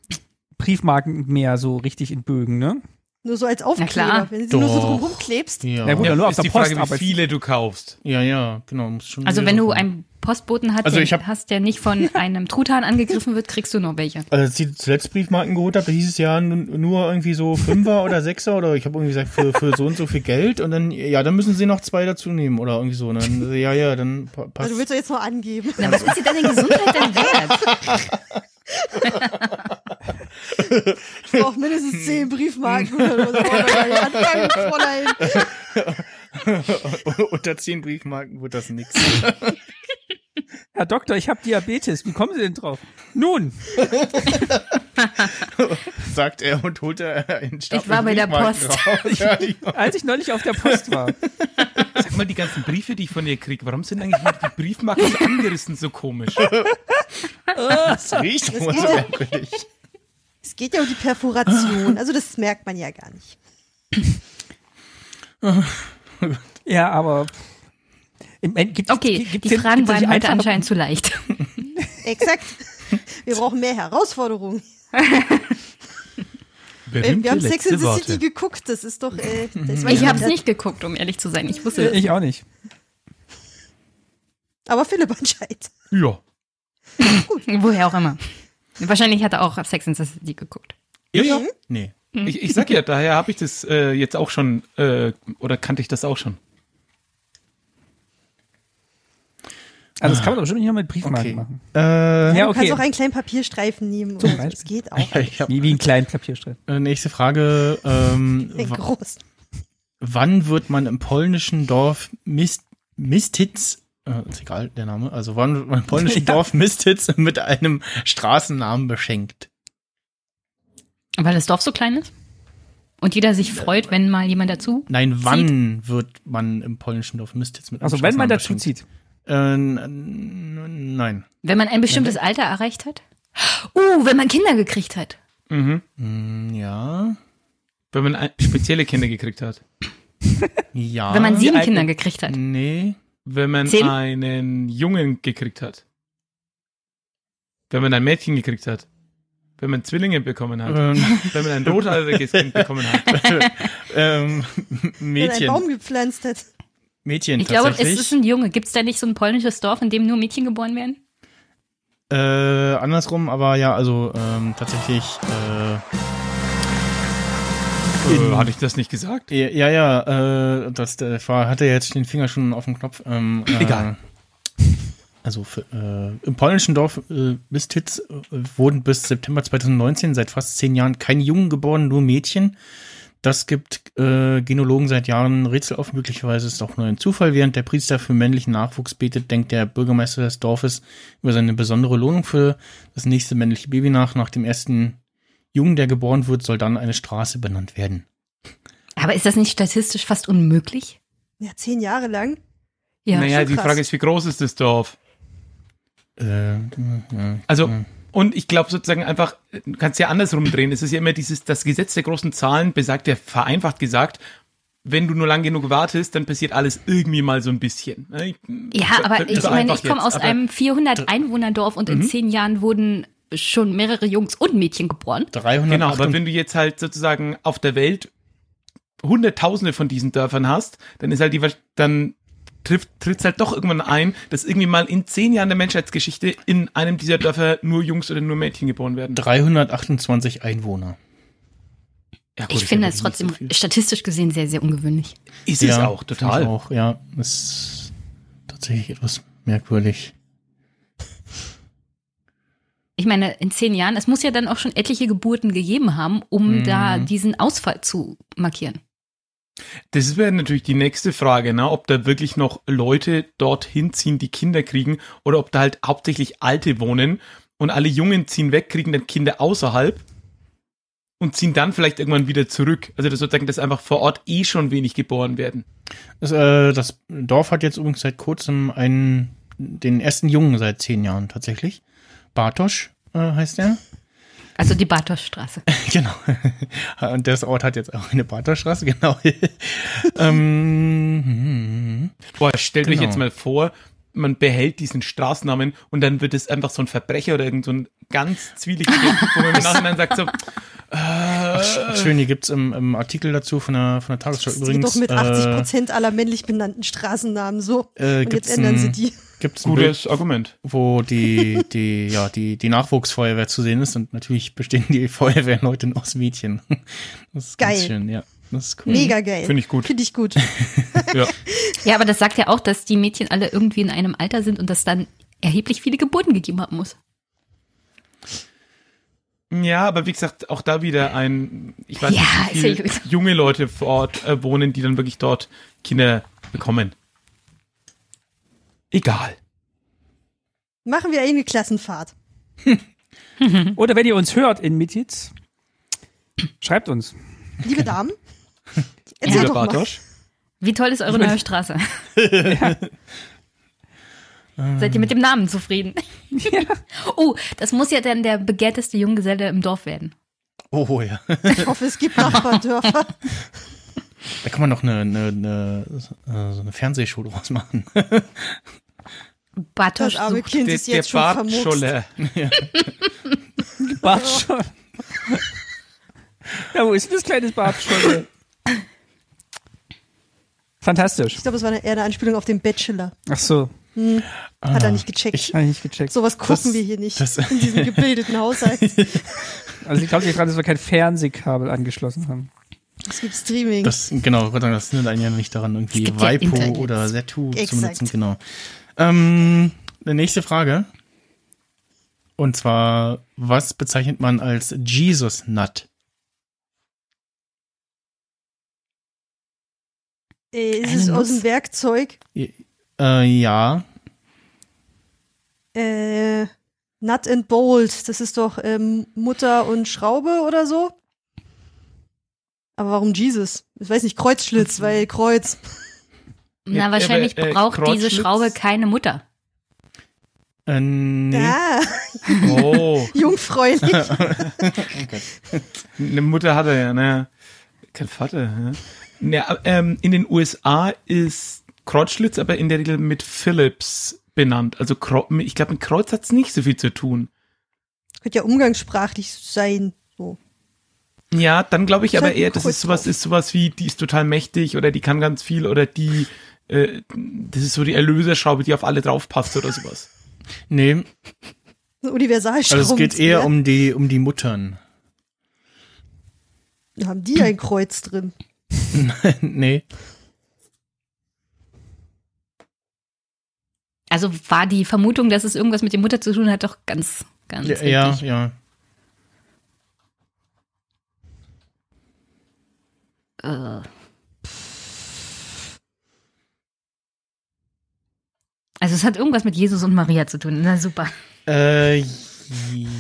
Briefmarken mehr so richtig in Bögen, ne?
Nur so als
klar.
Aufkleber. Wenn du sie nur so
Doch.
drum rumklebst.
Ja.
Na gut, dann nur auf
ist
der
die
Post,
Frage,
aber
wie viele du kaufst.
ja, ja, genau. Muss schon
Also
mehrere
wenn du
haben.
einen Postboten hast,
Also
der-
ich hab-
hast, der nicht von einem Truthahn angegriffen wird, kriegst du noch welche.
Also als ich zuletzt Briefmarken geholt habe, da hieß es ja nun- nur irgendwie so Fünfer oder Sechser oder ich habe irgendwie gesagt, für, für so und so viel Geld und dann, ja, dann müssen sie noch zwei dazu nehmen oder irgendwie so. Und dann, ja, ja, dann pa passt.
Also du willst doch jetzt nur angeben.
Na, was ist dir deine Gesundheit denn wert?
Ich brauche mindestens zehn Briefmarken. Oder so. Wollen wir gar nicht anfangen, Fräulein.
Unter zehn Briefmarken wird das nix.
Herr Doktor, ich habe Diabetes. Wie kommen Sie denn drauf? Nun,
sagt er und holt er einen Stapel
Ich war bei der
Briefmarken
Post.
raus. Ja, ja.
als ich neulich auf der Post war.
Sag mal, die ganzen Briefe, die ich von dir kriege, warum sind eigentlich mal die Briefmarken so angerissen so komisch?
Das riecht immer so
geht ja.
merkwürdig.
Es geht ja um die Perforation. Also das merkt man ja gar nicht.
Ja, aber im End gibt
Okay,
gibt- gibt's
die
denn-
Fragen
gibt's denn
waren heute
einfache-
anscheinend zu leicht.
Exakt. Wir brauchen mehr Herausforderungen. Äh, Wir haben Sex in the City geguckt. Das ist doch. Äh, das war
Ich
ja-
habe es nicht geguckt, um ehrlich zu sein. Ich wusste
Ich auch nicht.
Aber Philipp anscheinend.
Ja.
Woher auch immer. Wahrscheinlich hat er auch Sex in the City geguckt.
Ja, ja.
Nee.
Ich, ich sag ja, daher habe ich das äh, jetzt auch schon, äh, oder kannte ich das auch schon.
Also das kann man doch bestimmt nicht nur mit Briefmarken
Okay.
machen.
Äh,
Ja,
Du kannst auch
okay.
einen kleinen Papierstreifen nehmen. Oder so. Das
Beispiel.
geht auch.
ich hab,
Wie, wie einen kleinen Papierstreifen.
äh, nächste Frage. Ähm,
Den
wa-
großen.
wann wird man im polnischen Dorf Mist, Mistitz, äh, ist egal der Name, also wann wird man im polnischen
Ja.
Dorf Mistitz mit einem Straßennamen beschenkt?
Weil das Dorf so klein ist und jeder sich freut, wenn mal jemand dazu.
Nein, wann wird man im polnischen Dorf Mistitz mit einem
Also wenn man
Straßennamen
dazu
beschenkt?
zieht.
Äh, n- n- nein.
Wenn man ein bestimmtes Alter erreicht hat. Uh, wenn man Kinder gekriegt hat.
Hm, Ja.
Mhm. Wenn man ein, spezielle Kinder gekriegt hat.
Ja.
Wenn
Ah,
man sieben
alt-
Kinder gekriegt
Hm,
hat.
Nee.
Wenn man
Zehn?
einen Jungen gekriegt hat. Wenn man ein Mädchen gekriegt hat. Wenn man Zwillinge bekommen hat.
Ähm,
Wenn man ein rothaariges Kind bekommen hat.
ähm,
Wenn ein Baum
Mädchen.
gepflanzt hat.
Mädchen
Ich glaube, es
tatsächlich.
ist ein Junge. Gibt es da nicht so ein polnisches Dorf, in dem nur Mädchen geboren werden?
Äh, andersrum, aber ja, also ähm, tatsächlich. Äh,
Äh, hatte ich das nicht gesagt?
Ja, ja, ja äh, das äh, war, hatte jetzt den Finger schon auf dem Knopf. Ähm, äh,
Egal.
Also für, äh, im polnischen Dorf äh, Mistitz äh, wurden bis September 2019 seit fast zehn Jahren keine Jungen geboren, nur Mädchen. Das gibt äh, Genologen seit Jahren Rätsel auf. Möglicherweise ist es auch nur ein Zufall. Während der Priester für männlichen Nachwuchs betet, denkt der Bürgermeister des Dorfes über seine besondere Lohnung für das nächste männliche Baby nach. Nach dem ersten Jungen, der geboren wird, soll dann eine Straße benannt werden.
Aber ist das nicht statistisch fast unmöglich?
Ja, zehn Jahre lang.
Ja.
naja,
schon
die
krass.
Frage ist, wie groß ist das Dorf?
Äh, ja.
Also,
Mhm.
und ich glaube sozusagen einfach, du kannst ja andersrum drehen. Es ist ja immer dieses, das Gesetz der großen Zahlen besagt ja vereinfacht gesagt, wenn du nur lang genug wartest, dann passiert alles irgendwie mal so ein bisschen. ne? Ich- genau,
Ja, aber
könnte
ich
so
meine,
einfach
ich komme
jetzt,
aus
aber- Mhm.
einem 400-Einwohner-Dorf und in zehn Jahren wurden schon mehrere Jungs und Mädchen geboren.
300
Genau, aber wenn du jetzt halt sozusagen auf der Welt hunderttausende von diesen Dörfern hast, dann ist halt die, Wahrsch- dann trifft, tritt's halt doch irgendwann ein, dass irgendwie mal in zehn Jahren der Menschheitsgeschichte in einem dieser Dörfer nur Jungs oder nur Mädchen geboren werden.
328 Einwohner.
Ja, gut,
Ich
ist
finde
ja wirklich nicht
das trotzdem
so viel.
statistisch gesehen sehr, sehr ungewöhnlich.
Ist es
ja,
auch,
finde
total.
Ich auch, ja. Ist tatsächlich etwas merkwürdig.
Ich meine, in zehn Jahren, es muss ja dann auch schon etliche Geburten gegeben haben, um
Mhm.
da diesen Ausfall zu markieren.
Das wäre natürlich die nächste Frage, ne? ob da wirklich noch Leute dorthin ziehen, die Kinder kriegen, oder ob da halt hauptsächlich Alte wohnen und alle Jungen ziehen weg, kriegen dann Kinder außerhalb und ziehen dann vielleicht irgendwann wieder zurück. Also das sozusagen, dass einfach vor Ort eh schon wenig geboren werden.
Das, äh, das Dorf hat jetzt übrigens seit kurzem einen, den ersten Jungen seit zehn Jahren tatsächlich. Bartosch äh, heißt er.
Also die Bartoschstraße.
Genau. Und das Ort hat jetzt auch eine Bartoschstraße, genau. ähm,
Boah, stellt euch
Genau.
jetzt mal vor, man behält diesen Straßnamen und dann wird es einfach so ein Verbrecher oder irgend so ein ganz zwielichtiger Typ, wo man im Nachhinein sagt so,
sch- schön, hier gibt's im, im Artikel dazu von der, von der Tagesschau
Das geht
übrigens.
doch mit
äh,
80 Prozent aller männlich benannten Straßennamen so.
Äh,
und
gibt's
jetzt ändern
ein-
sie die.
Gibt's ein Bild,
gutes Argument.
wo die, die, ja, die, die Nachwuchsfeuerwehr zu sehen ist und natürlich bestehen die Feuerwehren heute nur aus Mädchen. Das ist ganz
Geil.
schön, ja. Das ist cool.
Mega geil.
Finde ich gut.
Finde ich gut.
Ja.
Ja, aber das sagt ja auch, dass die Mädchen alle irgendwie in einem Alter sind und das dann erheblich viele Geburten gegeben haben muss.
Ja, aber wie gesagt, auch da wieder ein, ich weiß
Ja,
nicht, wie
ist
viele
ja gut.
junge Leute vor Ort äh, wohnen, die dann wirklich dort Kinder bekommen. Egal.
Machen wir eine Klassenfahrt.
Oder wenn ihr uns hört in Mitiz, schreibt uns.
Liebe
Genau.
Damen, erzähl
Lieber
doch mal.
Bartosch.
Wie toll ist eure neue Straße? Seid ihr mit dem Namen zufrieden? Oh, das muss ja dann der begehrteste Junggeselle im Dorf werden.
Oh ja.
Ich hoffe, es gibt Nachbardörfer.
Da kann man noch eine, eine, eine, äh, so eine Fernsehshow draus machen.
Bartosch
Das arme
sucht.
Kind ist jetzt schon vermurkst.
Bartscholle.
Bartscholle. ja, wo ist denn das kleine Bartscholle? Fantastisch.
Ich glaube, es war eine, eher eine Anspielung auf den Bachelor.
Ach so,
Hat er nicht gecheckt.
Ah, Ich-
hab ich nicht gecheckt.
Sowas gucken
Das-
wir hier nicht
das-
in diesem gebildeten Haushalt.
Also ich glaube nicht dran, dass wir kein Fernsehkabel angeschlossen haben.
Es gibt Streaming.
Das, genau, Gott sei Dank, das hindert einen ja nicht daran, irgendwie
gibt ja
Weipo
Internet.
oder Setu zu
Exakt.
benutzen, genau. Ähm, die nächste Frage. Und zwar, was bezeichnet man als Jesus Nut?
Ey, Äh, es
Eine
ist aus
Nuss?
dem Werkzeug.
Äh, ja,
Äh, Nut and Bolt. Das ist doch ähm, Mutter und Schraube oder so. Aber warum Jesus? Ich weiß nicht, Kreuzschlitz, weil Kreuz.
Na, wahrscheinlich
Aber, äh,
braucht diese
Kreuzschlitz?
Schraube keine Mutter.
äh, nee.
Ah,
Oh,
jungfräulich.
eine Mutter hat er ja, ne? Kein Vater, ja. Ne, ähm, in den USA ist Kreuzschlitz aber in der Regel mit Phillips benannt. Also Kreu- ich glaube, mit Kreuz hat's nicht so viel zu tun.
Könnte ja umgangssprachlich sein. So.
Ja, dann glaube ich
Ist
aber
halt ein
eher, das
Kreuz
ist sowas,
drauf.
ist sowas wie, die ist total mächtig oder die kann ganz viel oder die, äh, das ist so die Erlöserschraube, die auf alle draufpasst oder sowas.
Nee,
Ein Universalstrom.
also es geht eher um die, um die Muttern.
Haben die ein Kreuz drin?
nee.
Also war die Vermutung, dass es irgendwas mit der Mutter zu tun hat, doch ganz, ganz
Ja, ja,
richtig.
ja.
Äh. Also es hat irgendwas mit Jesus und Maria zu tun. Na super.
Äh,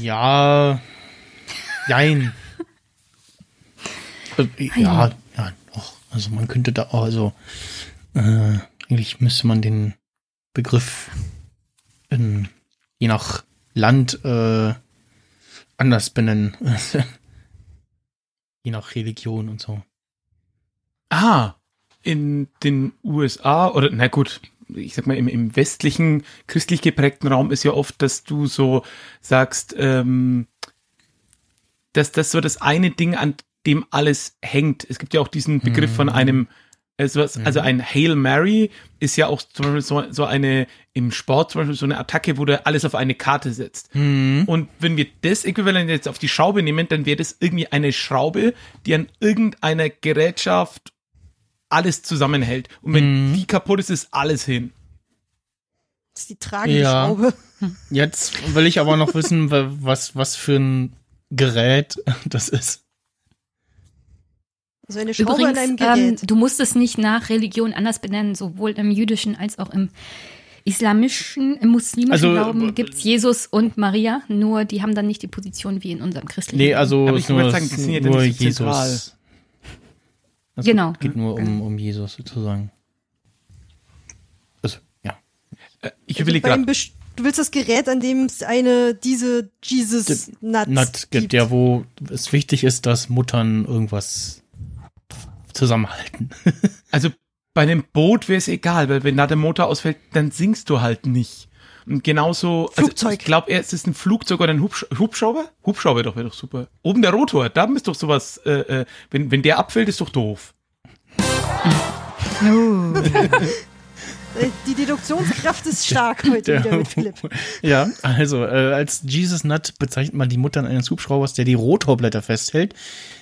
ja. Jein. Also, Äh, ja, ja, doch. Also man könnte da, also äh, eigentlich müsste man den Begriff in, je nach Land äh, anders benennen. je nach Religion und so.
Ah, in den USA oder na gut, ich sag mal, im, im westlichen, christlich geprägten Raum ist ja oft, dass du so sagst, ähm, dass das so das eine Ding, an dem alles hängt. Es gibt ja auch diesen Begriff von einem, also, was- also ein Hail Mary ist ja auch zum Beispiel so, so eine, im Sport zum Beispiel so eine Attacke, wo du alles auf eine Karte setzt.
Mhm.
Und wenn wir das Äquivalent jetzt auf die Schraube nehmen, dann wäre das irgendwie eine Schraube, die an irgendeiner Gerätschaft alles zusammenhält. Und wenn die kaputt ist, ist alles hin.
Das ist die tragende
Ja.
Schraube.
Jetzt will ich aber noch wissen, wa- was, was für ein Gerät das ist.
Also eine Schraube an einem
Übrigens, ähm,
Gerät. Also
du musst es nicht nach Religion anders benennen, sowohl im jüdischen als auch im islamischen, im muslimischen
Also, äh,
Glauben gibt's Jesus und Maria, nur die haben dann nicht die Position wie in unserem christlichen.
Nee, also
Aber ich
ist nur,
wollte sagen, die sind ja
nur
nicht so zentral.
Jesus. Also,
Genau.
Geht nur um, um Jesus sozusagen. Also, ja.
Äh, Ich
Also
überlege
bei dem
gerade,
Best- du willst das Gerät, an dem es eine, diese Jesus Nuts
Nut gibt
gibt.
ja, wo es wichtig ist, dass Muttern irgendwas zusammenhalten.
also bei einem Boot wäre es egal, weil wenn da der Motor ausfällt, dann sinkst du halt nicht. Und genauso, also
Flugzeug.
ich glaube, es ist ein Flugzeug oder ein Hubsch Hubschrauber? Hubschrauber doch, wäre doch super. Oben der Rotor, da ist doch sowas, äh, äh, wenn, wenn der abfällt, ist doch doof.
Äh, Die Deduktionskraft ist stark heute wieder mit Philipp.
ja, also äh, als Jesus Nut bezeichnet man die Mutter eines Hubschraubers, der die Rotorblätter festhält.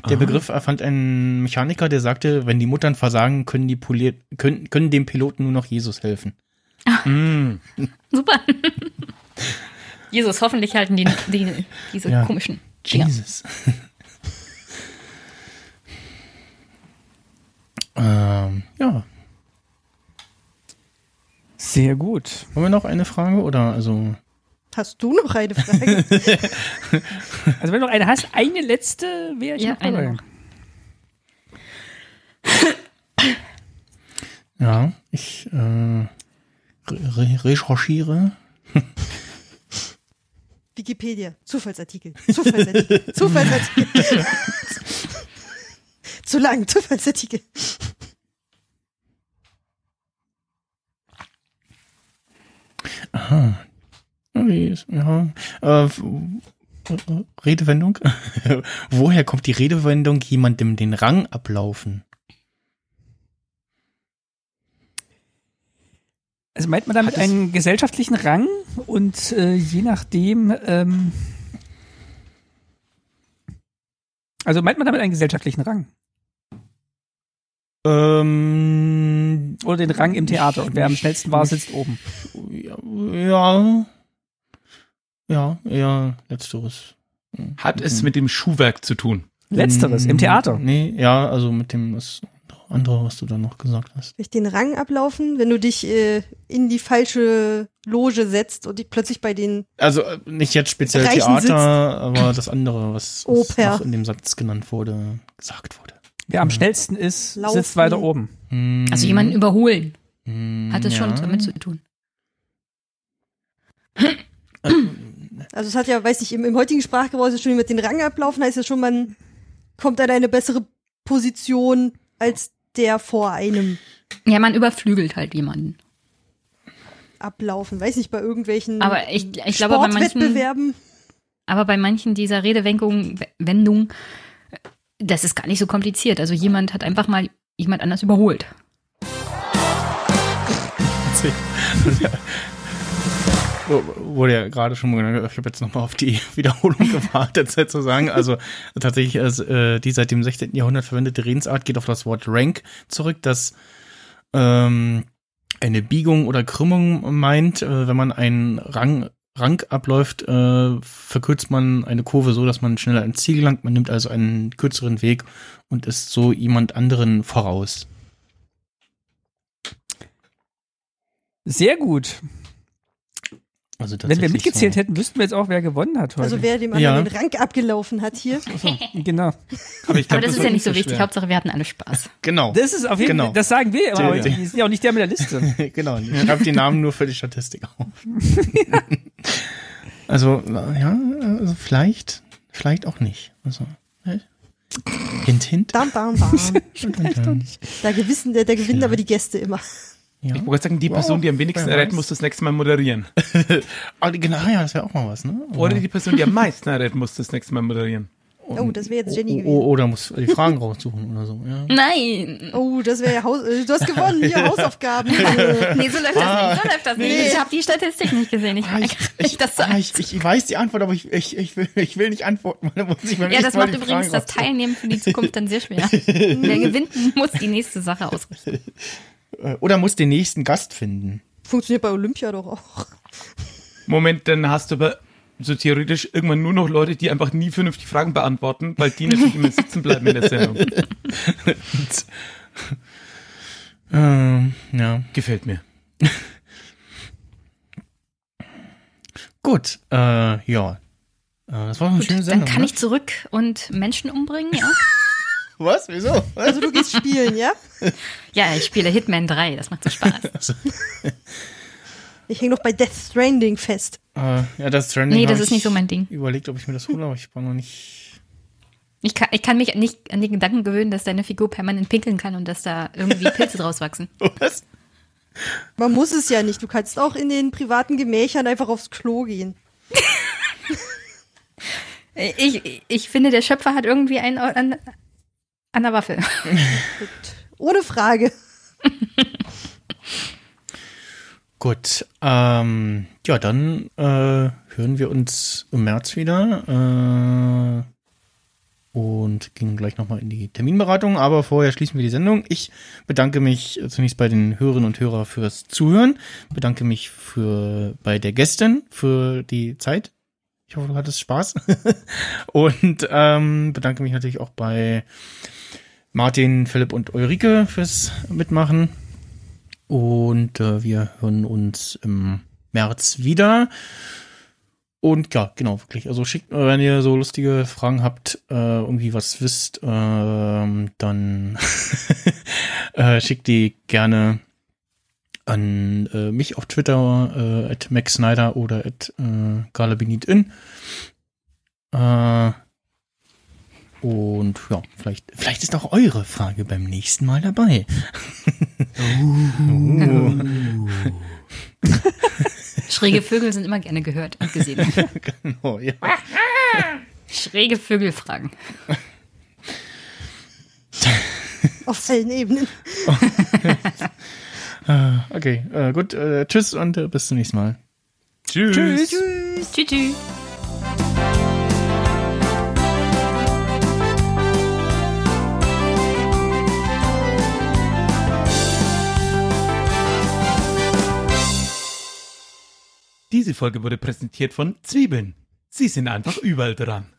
Der Begriff erfand ein Mechaniker, der sagte, wenn die Muttern versagen, können die poliert, können, können dem Piloten nur noch Jesus helfen.
Super. Jesus, hoffentlich halten die, die diese
Ja.
komischen. Dinger.
Jesus. ähm, ja,
Sehr gut.
haben wir noch eine Frage oder also
Hast du noch eine Frage?
Also wenn du noch eine hast, eine letzte wäre ich
Ja,
noch dabei.
eine noch.
ja, ich äh, re re recherchiere.
Wikipedia. Zufallsartikel. Zufallsartikel. Zufallsartikel. Zu lang. Zufallsartikel.
Irgendwie ist- Ja. Äh, f- Redewendung. Woher kommt die Redewendung jemandem den Rang ablaufen?
Also meint man damit
Hat es-
einen gesellschaftlichen Rang und äh, je nachdem, ähm, also meint man damit einen gesellschaftlichen Rang
Ähm,
oder den Rang im Theater und wer am schnellsten war, sitzt oben.
ja. Ja, ja, letzteres.
Hat es
Mhm.
mit dem Schuhwerk zu tun?
Letzteres, im
Mm,
Theater.
Nee, ja, also mit dem was andere, was du da noch gesagt hast.
Durch den Rang ablaufen, wenn du dich äh, in die falsche Loge setzt und dich plötzlich bei den.
Also äh, nicht jetzt speziell
Reichen
Theater,
sitzt.
aber das andere, was, was
Oper.
noch in dem Satz genannt wurde, gesagt wurde.
Wer am schnellsten ist,
Laufen.
sitzt weiter oben.
Mm,
Also jemanden überholen
mm,
hat es schon
ja.
damit zu tun.
Also es hat ja, weiß nicht, im, im heutigen Sprachgebrauch ist es schon mit den Rang ablaufen, heißt ja schon, man kommt an eine bessere Position als der vor einem
Ja, man überflügelt halt jemanden.
ablaufen. Weiß nicht, bei irgendwelchen
Aber ich- ich glaube, bei manchen-
Sportwettbewerben.
Aber bei manchen dieser Redewendungen, Wendung, das ist gar nicht so kompliziert. Also jemand hat einfach mal jemand anders überholt.
W- Oh, Wurde ja gerade schon mal genannt. Ich habe jetzt nochmal auf die Wiederholung gewartet, sozusagen. Also tatsächlich, also, äh, die seit dem 16. Jahrhundert verwendete Redensart geht auf das Wort Rank zurück, das ähm, eine Biegung oder Krümmung meint. Äh, wenn man einen Rang, Rang abläuft, äh, verkürzt man eine Kurve so, dass man schneller ans Ziel gelangt. Man nimmt also einen kürzeren Weg und ist so jemand anderen voraus.
Sehr gut.
Also
Wenn wir
tatsächlich
mitgezählt
so.
hätten, wüssten wir jetzt auch, wer gewonnen hat heute.
Also wer dem anderen
Ja.
den Rang abgelaufen hat hier.
Achso, genau.
Aber, ich glaub,
Aber das ist
war
ja nicht so wichtig.
schwer.
Hauptsache, wir hatten alle Spaß.
Genau.
Das ist auf jeden Fall,
Genau.
das sagen wir immer
Ja,
heute.
ja.
Die sind ja auch nicht der mit der Liste.
genau, ich schreibe die Namen nur für die Statistik auf. also, ja, also vielleicht, vielleicht auch nicht. Also, ne? Hint, hint.
Dam, dam, dam. Der, Gewissen, der, der gewinnt aber die Gäste immer.
Ja.
Ich wollte sagen, die
Wow,
Person, die am wenigsten
wer
errät,
weiß.
muss das nächste Mal moderieren.
Ah, genau, ja, das wäre auch mal was, ne?
Oder die Person, die am meisten errät, muss das nächste Mal moderieren.
Oh, das wäre jetzt Jenny
Oh,
gewesen.
oh, oder muss die Fragen raussuchen oder so, ja.
Nein.
Oh, das wäre ja Haus. Äh, du hast gewonnen, hier Hausaufgaben. Äh,
Nee, so läuft das nicht. So läuft das
Nee.
nicht. Ich habe die Statistik nicht gesehen. Ich,
Ah,
ich, das so
ah, ich, ich weiß die Antwort, aber ich, ich, ich, will, ich will nicht antworten, weil dann muss ich beim
ja,
nächsten
das
Mal
macht
die
übrigens
Fragen
das
raussuchen.
Teilnehmen für die Zukunft dann sehr schwer. Wer gewinnt, muss die nächste Sache ausrichten.
Äh, Oder muss den nächsten Gast finden.
Funktioniert bei Olympia doch auch.
Moment, dann hast du aber so theoretisch irgendwann nur noch Leute, die einfach nie vernünftig Fragen beantworten, weil die natürlich immer sitzen bleiben in der Sendung.
Ähm, ja.
Gefällt mir.
Gut, äh, ja. Äh, das war eine
Gut,
schöne
dann
Sendung.
kann
ne?
ich zurück und Menschen umbringen, ja?
Was? Wieso?
Also du gehst spielen, ja?
Ja, ich spiele Hitman 3, das macht so Spaß.
Ich hänge noch bei Death Stranding fest.
äh, ja, das Trending.
Nee, das ist nicht so mein Ding.
Überlegt, ob ich mir das hole, aber ich war noch nicht.
Ich kann, ich kann mich nicht an den Gedanken gewöhnen, dass deine Figur permanent pinkeln kann und dass da irgendwie Pilze draus wachsen.
Was?
Man muss es ja nicht. Du kannst auch in den privaten Gemächern einfach aufs Klo gehen.
Ich, ich finde, der Schöpfer hat irgendwie einen an, an der Waffe.
Ohne Frage.
Gut. Ähm, ja, dann äh, hören wir uns im März wieder. Äh, und gehen gleich nochmal in die Terminberatung. Aber vorher schließen wir die Sendung. Ich bedanke mich zunächst bei den Hörerinnen und Hörern fürs Zuhören. Bedanke mich für bei der Gästin für die Zeit. Ich hoffe, du hattest Spaß. und ähm, bedanke mich natürlich auch bei Martin, Philipp und Ulrike fürs Mitmachen. Und äh, wir hören uns im März wieder. Und ja, genau, wirklich. Also schickt, äh, wenn ihr so lustige Fragen habt, äh, irgendwie was wisst, ähm, dann äh, schickt die gerne an äh, mich auf Twitter, äh, at Max Snyder oder at äh, Galabinitin. Äh, und ja, vielleicht, vielleicht ist auch eure Frage beim nächsten Mal dabei. Uh.
Schräge Vögel sind immer gerne gehört und gesehen.
Genau, ja.
Schräge Vögel fragen.
Auf allen Ebenen.
Okay, äh, gut. Äh, tschüss und äh, bis zum nächsten Mal.
Tschüss.
Tschüss. tschüss.
Diese Folge wurde präsentiert von Zwiebeln. Sie sind einfach überall dran.